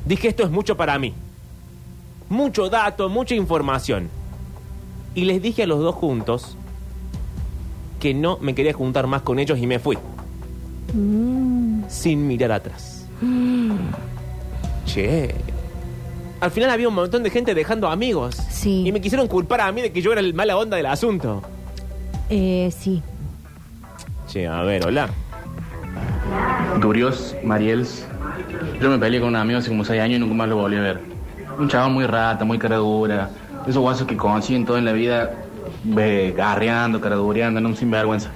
dije esto es mucho para mí. Mucho dato, mucha información. Y les dije a los dos juntos que no me quería juntar más con ellos y me fui. Sin mirar atrás. Che. Al final había un montón de gente dejando amigos. Sí. Y me quisieron culpar a mí de que yo era el mala onda del asunto. Eh, sí. Che, a ver, hola. Durios, Mariels. Yo me peleé con un amigo hace como 6 años y nunca más lo volví a ver. Un chaval muy rata, muy cara dura. Esos guasos que consiguen todo en la vida, ve, garreando, cara dureando, no, un sinvergüenza.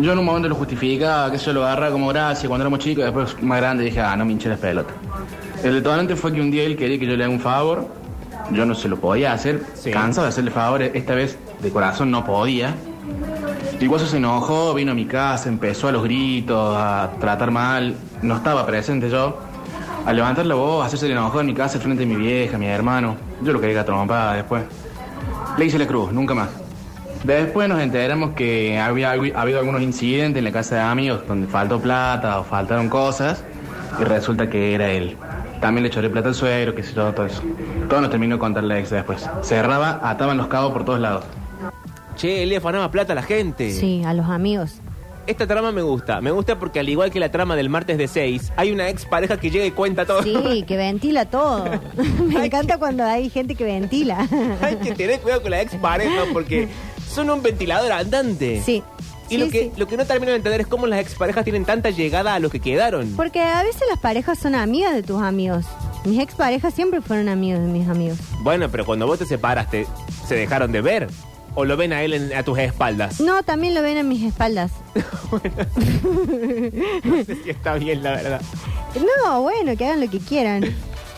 Yo en un momento lo justificaba, que se lo agarraba como gracia cuando éramos chicos, después más grande dije, ah, no me hinché las pelotas. El detonante fue que un día él quería que yo le haga un favor, yo no este se lo podía hacer, Sí. cansado de hacerle favores, esta vez de corazón no podía. El guaso se enojó, vino a mi casa, empezó a los gritos, a tratar mal. No estaba presente yo. A levantar la voz, a hacerse el enojado en mi casa, frente de mi vieja, mi hermano. Yo lo quería trompada después. Le hice la cruz, nunca más. Después nos enteramos que había algu- ha habido algunos incidentes en la casa de amigos donde faltó plata o faltaron cosas y resulta que era él. También le choré plata al suegro, qué sé yo, todo eso. Todo nos terminó de contar la ex después. Cerraba, ataban los cabos por todos lados. Che, él le afanaba plata a la gente. Sí, a los amigos. Esta trama me gusta. Me gusta porque al igual que la trama del martes de 6, hay una ex pareja que llega y cuenta todo. Sí, que ventila todo. Me encanta cuando hay gente que ventila. Hay que tener cuidado con la ex pareja porque son un ventilador andante. Sí. Y Sí, lo, que, sí. lo que no termino de entender es cómo las exparejas tienen tanta llegada a los que quedaron. Porque a veces las parejas son amigas de tus amigos. Mis exparejas siempre fueron amigos de mis amigos. Bueno, pero cuando vos te separaste, se dejaron de ver. o lo ven a él en- a tus espaldas? No, también lo ven en mis espaldas. No sé si está bien, la verdad. No, bueno, que hagan lo que quieran.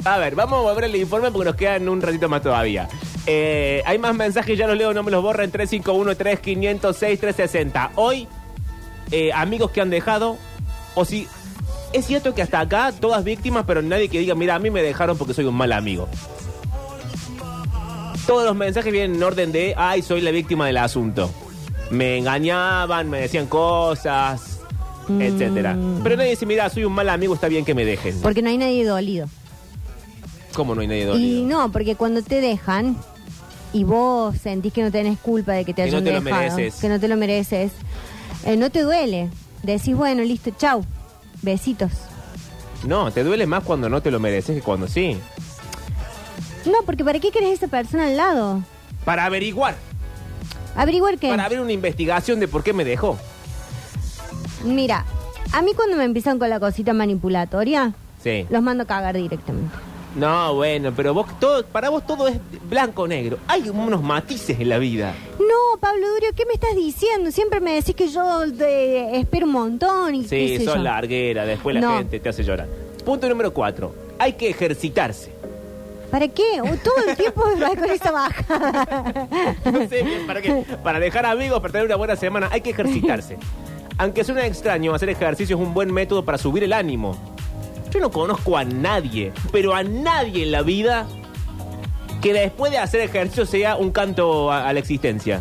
A ver, vamos a volver el informe porque nos quedan un ratito más todavía. Eh, hay más mensajes, ya los leo, no me los borren. 351-3506-360. Hoy, eh, amigos que han dejado, o si. Es cierto que hasta acá todas víctimas, pero nadie que diga, mira, a mí me dejaron porque soy un mal amigo. Todos los mensajes vienen en orden de, ay, soy la víctima del asunto. Me engañaban, me decían cosas, etcétera. Pero nadie dice, mira, soy un mal amigo, está bien que me dejen. Porque no hay nadie dolido. ¿Cómo no hay nadie dolido? Y no, porque cuando te dejan y vos sentís que no tenés culpa de que te Que no hayan te lo dejado, mereces. que no te lo mereces, eh, no te duele. Decís, bueno, listo, chau, besitos. No, te duele más cuando no te lo mereces que cuando sí. No, porque ¿para qué querés a esa persona al lado? Para averiguar, Averiguar qué. para abrir una investigación de por qué me dejó. Mira, a mí cuando me empiezan con la cosita manipulatoria, Sí. los mando a cagar directamente. No, bueno, pero vos todo, para vos todo es blanco o negro. Hay unos matices en la vida. No, Pablo Durio, ¿qué me estás diciendo? Siempre me decís que yo te espero un montón y qué Sí, sé sos yo. larguera, después la No. gente te hace llorar. Punto número cuatro. Hay que ejercitarse. ¿Para qué? O todo el tiempo me vas con esa baja. No sé, ¿para qué? Para dejar amigos, para tener una buena semana, hay que ejercitarse. Aunque suene extraño, hacer ejercicio es un buen método para subir el ánimo. Yo no conozco a nadie, pero a nadie en la vida que después de hacer ejercicio sea un canto a, a la existencia.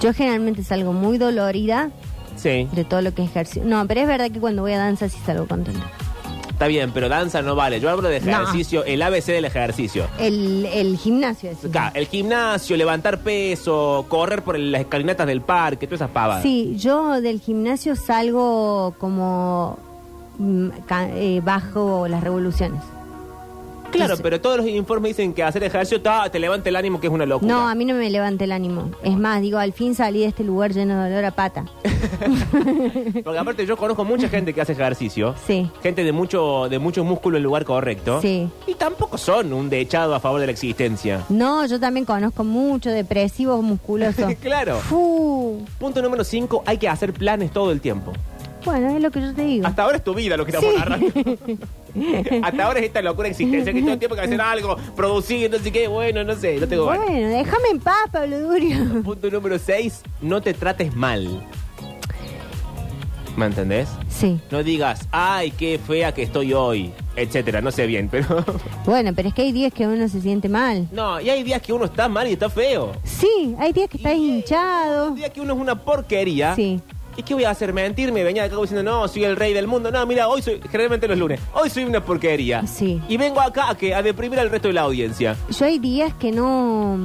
Yo generalmente salgo muy dolorida Sí, de todo lo que ejercicio. No, pero es verdad que cuando voy a danza sí salgo contenta. está bien, pero danza no vale. Yo hablo de ejercicio, el ABC del ejercicio. El, el gimnasio es. Acá, el gimnasio, levantar peso, correr por el- las escalinatas del parque, todas esas pavas. Sí, yo del gimnasio salgo como mm, ca- eh, bajo las revoluciones. Claro, Sí, sí. pero todos los informes dicen que hacer ejercicio ta, te levanta el ánimo, que es una locura. No, a mí no me levanta el ánimo. Es más, digo, al fin salí de este lugar lleno de dolor a pata. Porque aparte yo conozco mucha gente que hace ejercicio. Sí. Gente de mucho, de mucho músculo en lugar correcto. Sí. Y tampoco son un dechado a favor de la existencia. No, yo también conozco mucho depresivos musculosos. claro. Fu. Punto número 5, hay que hacer planes todo el tiempo. Bueno, es lo que yo te digo. Hasta ahora es tu vida lo que estamos Sí. narrando. Hasta ahora es esta locura existencia que todo el tiempo hay que hacer algo, producir, no sé qué, bueno, no sé, no tengo bueno, ganas. déjame en paz, Pablo Durio. Punto número 6, no te trates mal. ¿Me entendés? Sí. No digas, ay, qué fea que estoy hoy, etcétera, no sé bien, pero... Bueno, pero es que hay días que uno se siente mal. No, y hay días que uno está mal y está feo. Sí, hay días que estás Y- hinchado. Hay días que uno es una porquería. Oh. Sí. ¿Y qué voy a hacer? ¿Mentirme? Venía acá diciendo, no, soy el rey del mundo. No, mira, hoy soy, generalmente los lunes, hoy soy una porquería. Sí. Y vengo acá a, que, a deprimir al resto de la audiencia. Yo hay días que no...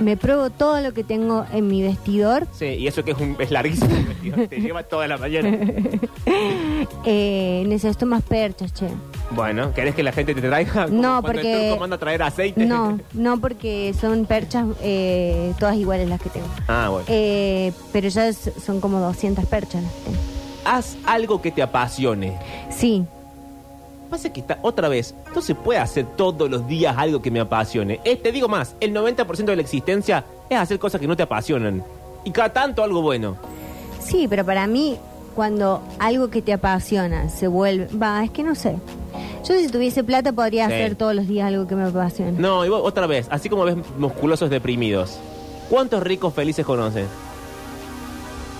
Me pruebo todo lo que tengo en mi vestidor. Sí, y eso que es, un, es larguísimo, tío, te lleva toda la mañana. Eh, necesito más perchas, che. Bueno, ¿querés que la gente te traiga? Como No, cuando porque- el turco manda a traer aceite? No, no porque son perchas eh, todas iguales las que tengo. Ah, bueno. Eh, pero ya es- son como 200 perchas. las que tengo. Haz algo que te apasione. Sí, Pasa que está otra vez, no se puede hacer todos los días algo que me apasione. Eh, te digo más, el 90% de la existencia es hacer cosas que no te apasionan. Y cada tanto algo bueno. sí, pero para mí cuando algo que te apasiona se vuelve... Va, es que no sé. Yo si tuviese plata podría Sí. hacer todos los días algo que me apasiona. No, y vos, otra vez, así como ves musculosos deprimidos, ¿cuántos ricos felices conoces?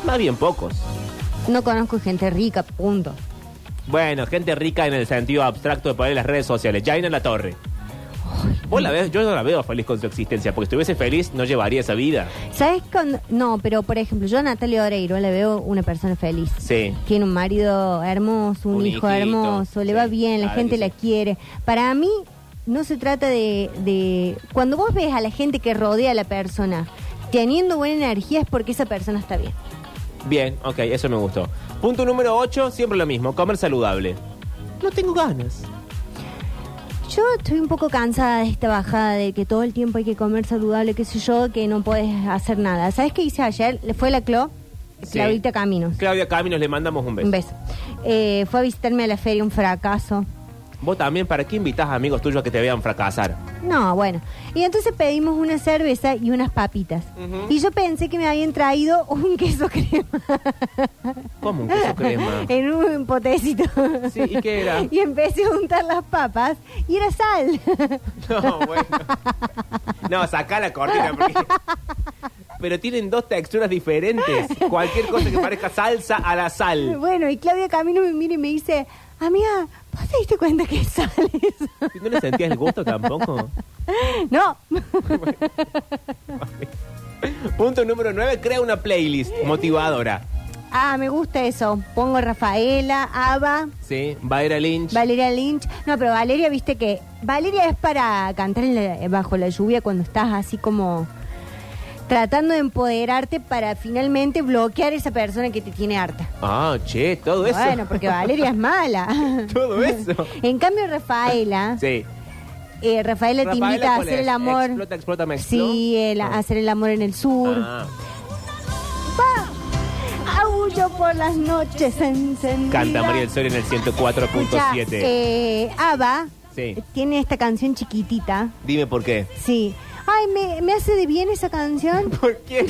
Más bien pocos. No conozco gente rica, punto. Bueno, gente rica en el sentido abstracto de poner las redes sociales. Jaina La Torre. Vos la ves, yo no la veo feliz con su existencia, porque si estuviese feliz no llevaría esa vida. ¿Sabes cuando.? No, pero por ejemplo, yo a Natalia Oreiro le veo una persona feliz. Sí. Tiene un marido hermoso, un, Un hijo hijito, hermoso, le va sí, bien, la claro gente que la sí. quiere. Para mí, no se trata de, de- Cuando vos ves a la gente que rodea a la persona teniendo buena energía es porque esa persona está bien. Bien, ok, eso me gustó. Punto número 8, siempre lo mismo, comer saludable. No tengo ganas. Yo estoy un poco cansada de esta bajada de que todo el tiempo hay que comer saludable, qué sé yo, que no puedes hacer nada. ¿Sabes qué hice ayer? Le fue la Clo, Sí. Claudita Caminos. Claudia Caminos, le mandamos un beso. Un beso. Eh, fue a visitarme a la feria, un fracaso. Vos también, ¿para qué invitás a amigos tuyos que te vean fracasar? No, bueno. Y entonces pedimos una cerveza y unas papitas. Ujú. Y yo pensé que me habían traído un queso crema. ¿Cómo un queso crema? en un potecito. Sí, ¿y qué era? Y empecé a untar las papas y era sal. No, bueno. No, sacá la cortina. porque- Pero tienen dos texturas diferentes. Cualquier cosa que parezca salsa a la sal. bueno, y Claudia Camino me mira y me dice, amiga, ¿vos te diste cuenta que es sal eso?" ¿No le sentías el gusto tampoco? no. Punto número 9, crea una playlist motivadora. Ah, me gusta eso. Pongo Rafaela, Ava, ¿Sí? Vaira Lynch. Valeria Lynch. No, pero Valeria, viste que Valeria es para cantar en la- bajo la lluvia cuando estás así como tratando de empoderarte para finalmente bloquear esa persona que te tiene harta. Ah, che, todo eso. Bueno, porque Valeria es mala. Todo eso. En cambio, Rafaela, Sí. eh, Rafaela te Rafaela, invita a ¿cuál es? hacer el amor. Explota, explota, me Sí, el- Ah. hacer el amor en el sur. Ah, Aullo por las noches encendidas. Canta María del Sol en el Escucha, 104.7. eh, Ava Sí. tiene esta canción chiquitita. Dime por qué. Sí. Ay, me, me hace de bien esa canción. ¿Por qué?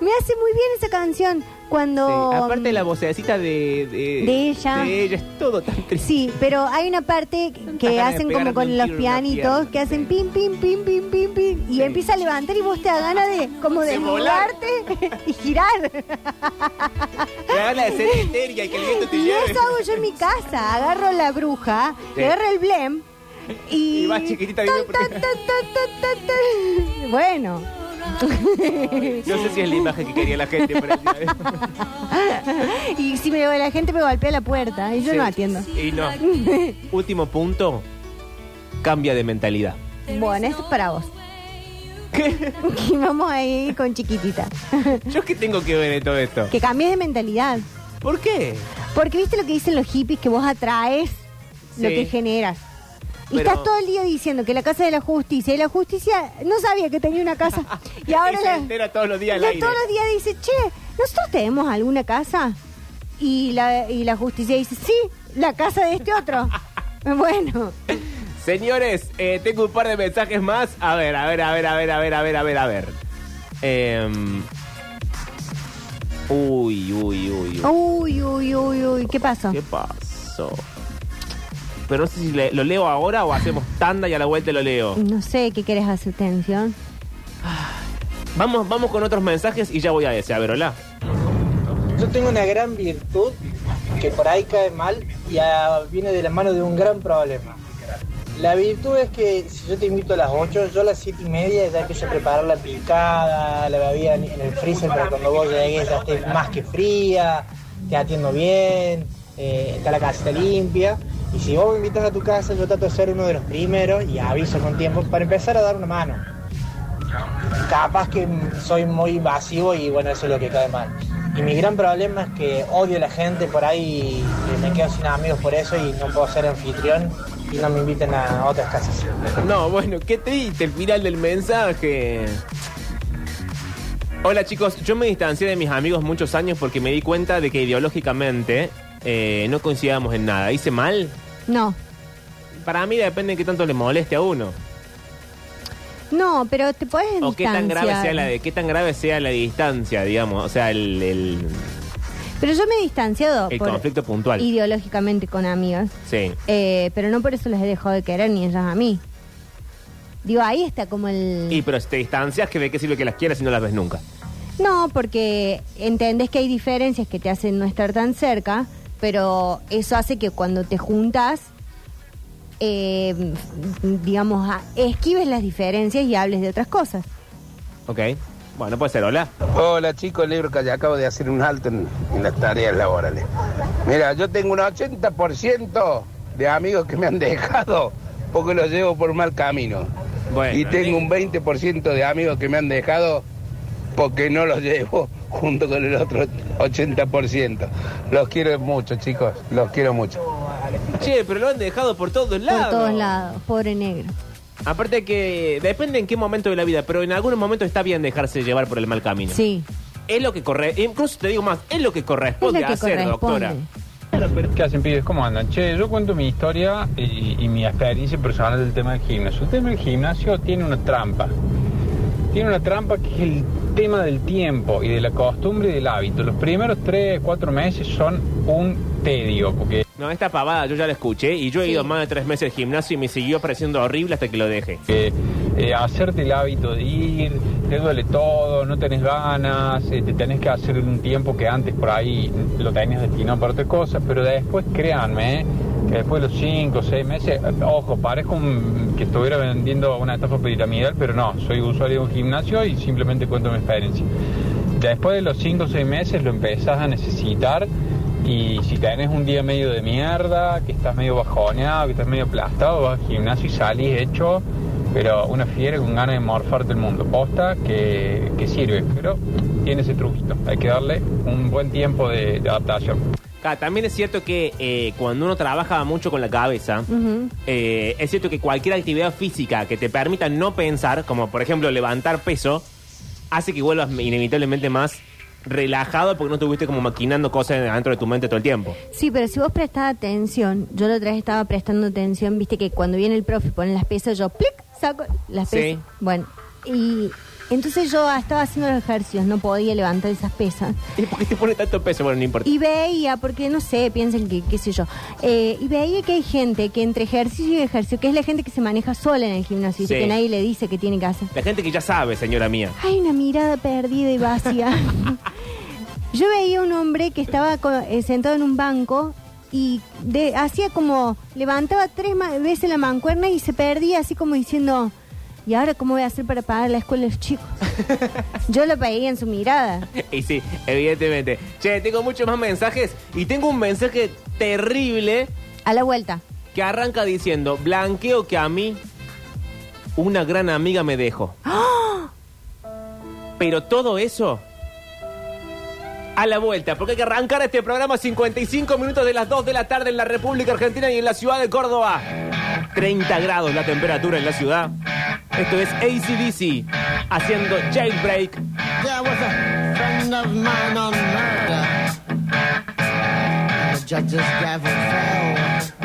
Me hace muy bien esa canción. Cuando. Sí, Aparte la vocecita de, de, De ella. de ella, es todo tan triste. mm, Sí, pero hay una parte que ganas de hacen como pegarle con un los tiro en la pianitos, pierna. que hacen pim, pim, pim, pim, pim, pim, y Sí. empieza a levantar y vos te da ganas de como De de volar. mudarte y girar. Me da ganas de ser histeria y que el viento te Y lleve. eso hago yo en mi casa. Agarro la bruja, Sí. agarro el blem y. Y vas chiquitita Tan, viendo por- tan, tan, tan, tan, tan. Bueno, No sé si es la imagen que quería la gente, pero... y si me, la gente me golpea la puerta y yo Sí. no atiendo. Y no. Último punto, cambia de mentalidad. Bueno, esto es para vos. ¿Qué? Y vamos a ir con chiquitita. ¿Yo qué tengo que ver en todo esto? Que cambies de mentalidad. ¿Por qué? Porque viste lo que dicen los hippies, que vos atraes lo Sí. que generas. Y Pero- estás todo el día diciendo que la casa de la justicia, y la justicia no sabía que tenía una casa. Y ahora Y se la- entera todos los días al la- aire. todos los días dice, che, ¿nosotros tenemos alguna casa? Y la, y la justicia dice, sí, la casa de este otro. bueno, Señores, eh, tengo un par de mensajes más. A ver, a ver, a ver, a ver, a ver, a ver, a ver, a ver. Em, uy, uy, uy, uy. Oh. uy, uy, uy, uy, ¿qué pasó? ¿Qué pasó? Pero no sé si le- lo leo ahora o hacemos tanda y a la vuelta lo leo. No sé qué querés hacer tensión. Vamos, vamos con otros mensajes y ya voy a ese. A ver, hola. Yo tengo una gran virtud que por ahí cae mal y ah, viene de la mano de un gran problema. La virtud es que si yo te invito a las 8, yo a las 7 y media ya empiezo a preparar la picada, la bebida en en el freezer para cuando vos llegues ya esté más que fría, te atiendo bien, eh, está la casita limpia. Y si vos me invitas a tu casa, yo trato de ser uno de los primeros y aviso con tiempo para empezar a dar una mano. Capaz que mm, soy muy invasivo y bueno, eso es lo que cae mal. Y mi gran problema es que odio a la gente por ahí, y me quedo sin amigos por eso y no puedo ser anfitrión y no me invitan a otras casas. No, bueno, qué triste el final del mensaje. Hola chicos, yo me distancié de mis amigos muchos años porque me di cuenta de que ideológicamente eh, no coincidíamos en nada. ¿Hice mal? No, Para mí depende de qué tanto le moleste a uno. no, pero te puedes O qué tan grave distanciar. sea la de, qué tan grave sea la distancia, digamos. O sea, el, el- Pero yo me he distanciado el por- conflicto puntual. ideológicamente con amigas, Sí. eh, pero no por eso las he dejado de querer ni ellas a mí. Digo, ahí está como el... Y pero si te distancias, que ¿de qué sirve que las quieras si no las ves nunca? No, porque entendés que hay diferencias que te hacen no estar tan cerca, pero eso hace que cuando te juntas, eh, digamos, a- esquives las diferencias y hables de otras cosas. Ok. Bueno, puede ser, hola. Hola chicos, libro que acabo de hacer un alto en, en las tareas laborales. Mira, yo tengo un 80% de amigos que me han dejado porque los llevo por mal camino. Bueno. y tengo un 20% de amigos que me han dejado porque no los llevo junto con el otro 80%. Los quiero mucho chicos, los quiero mucho. Che, pero lo han dejado por todos lados. Por todos lados, pobre negro. Aparte que depende en qué momento de la vida, pero en algunos momentos está bien dejarse llevar por el mal camino. Sí, Es lo que corre, incluso te digo más, es lo que es lo corresponde que hacer, corresponde. doctora. ¿Qué hacen, pibes? ¿Cómo andan? Che, yo cuento mi historia eh, y, y mi experiencia personal del tema del gimnasio. El tema del gimnasio tiene una trampa. Tiene una trampa que es el tema del tiempo y de la costumbre y del hábito. Los primeros 3, 4 meses son un tedio, porque No, esta pavada yo ya la escuché y yo he Sí. ido más de tres meses al gimnasio y me siguió pareciendo horrible hasta que lo dejé. eh, eh, hacerte el hábito de ir, te duele todo, no tenés ganas, eh, te tenés que hacer un tiempo que antes por ahí lo tenías destinado para otras cosas, pero después créanme, eh, que después de los 5 o 6 meses, eh, ojo, parezco un- que estuviera vendiendo una estafa piramidal, pero no, soy usuario de un gimnasio y simplemente cuento mi experiencia. Después de los 5 o 6 meses lo empezás a necesitar y si tenés un día medio de mierda, que estás medio bajoneado, que estás medio aplastado, vas al gimnasio y salís hecho, pero una fiera con ganas de morfarte el mundo. Posta que, que sirve, pero tiene ese truquito. Hay que darle un buen tiempo de, de adaptación. Claro, también es cierto que eh, cuando uno trabaja mucho con la cabeza, Ujú. eh, es cierto que cualquier actividad física que te permita no pensar, como por ejemplo levantar peso, hace que vuelvas inevitablemente más relajado porque no estuviste como maquinando cosas dentro de tu mente todo el tiempo. Sí, pero si vos prestás atención, yo la otra vez estaba prestando atención, viste que cuando viene el profe y pone las pesas, yo plic, saco las Sí. pesas. Bueno, y entonces yo estaba haciendo los ejercicios, no podía levantar esas pesas. ¿Y por qué te pone tanto peso? Bueno, no importa. Y veía, porque no sé, piensen que, qué sé yo, eh, y veía que hay gente que entre ejercicio y ejercicio, que es la gente que se maneja sola en el gimnasio, Sí. y que nadie le dice qué tiene que hacer. La gente que ya sabe, señora mía. Hay una mirada perdida y vacía. Yo veía un hombre que estaba co- eh, sentado en un banco y de- hacía como, levantaba tres ma- veces la mancuerna y se perdía así como diciendo, ¿y ahora cómo voy a hacer para pagar la escuela de los chicos? Yo lo veía en su mirada. Y sí, evidentemente. Che, tengo muchos más mensajes y tengo un mensaje terrible A la vuelta. que arranca diciendo, blanqueo que a mí una gran amiga me dejó. Pero todo eso a la vuelta, porque hay que arrancar este programa 55 minutos de las 2 de la tarde en la República Argentina y en la ciudad de Córdoba. 30 grados la temperatura en la ciudad. Esto es ACDC haciendo jailbreak. There was a friend of mine on murder. The judge's gavel fell.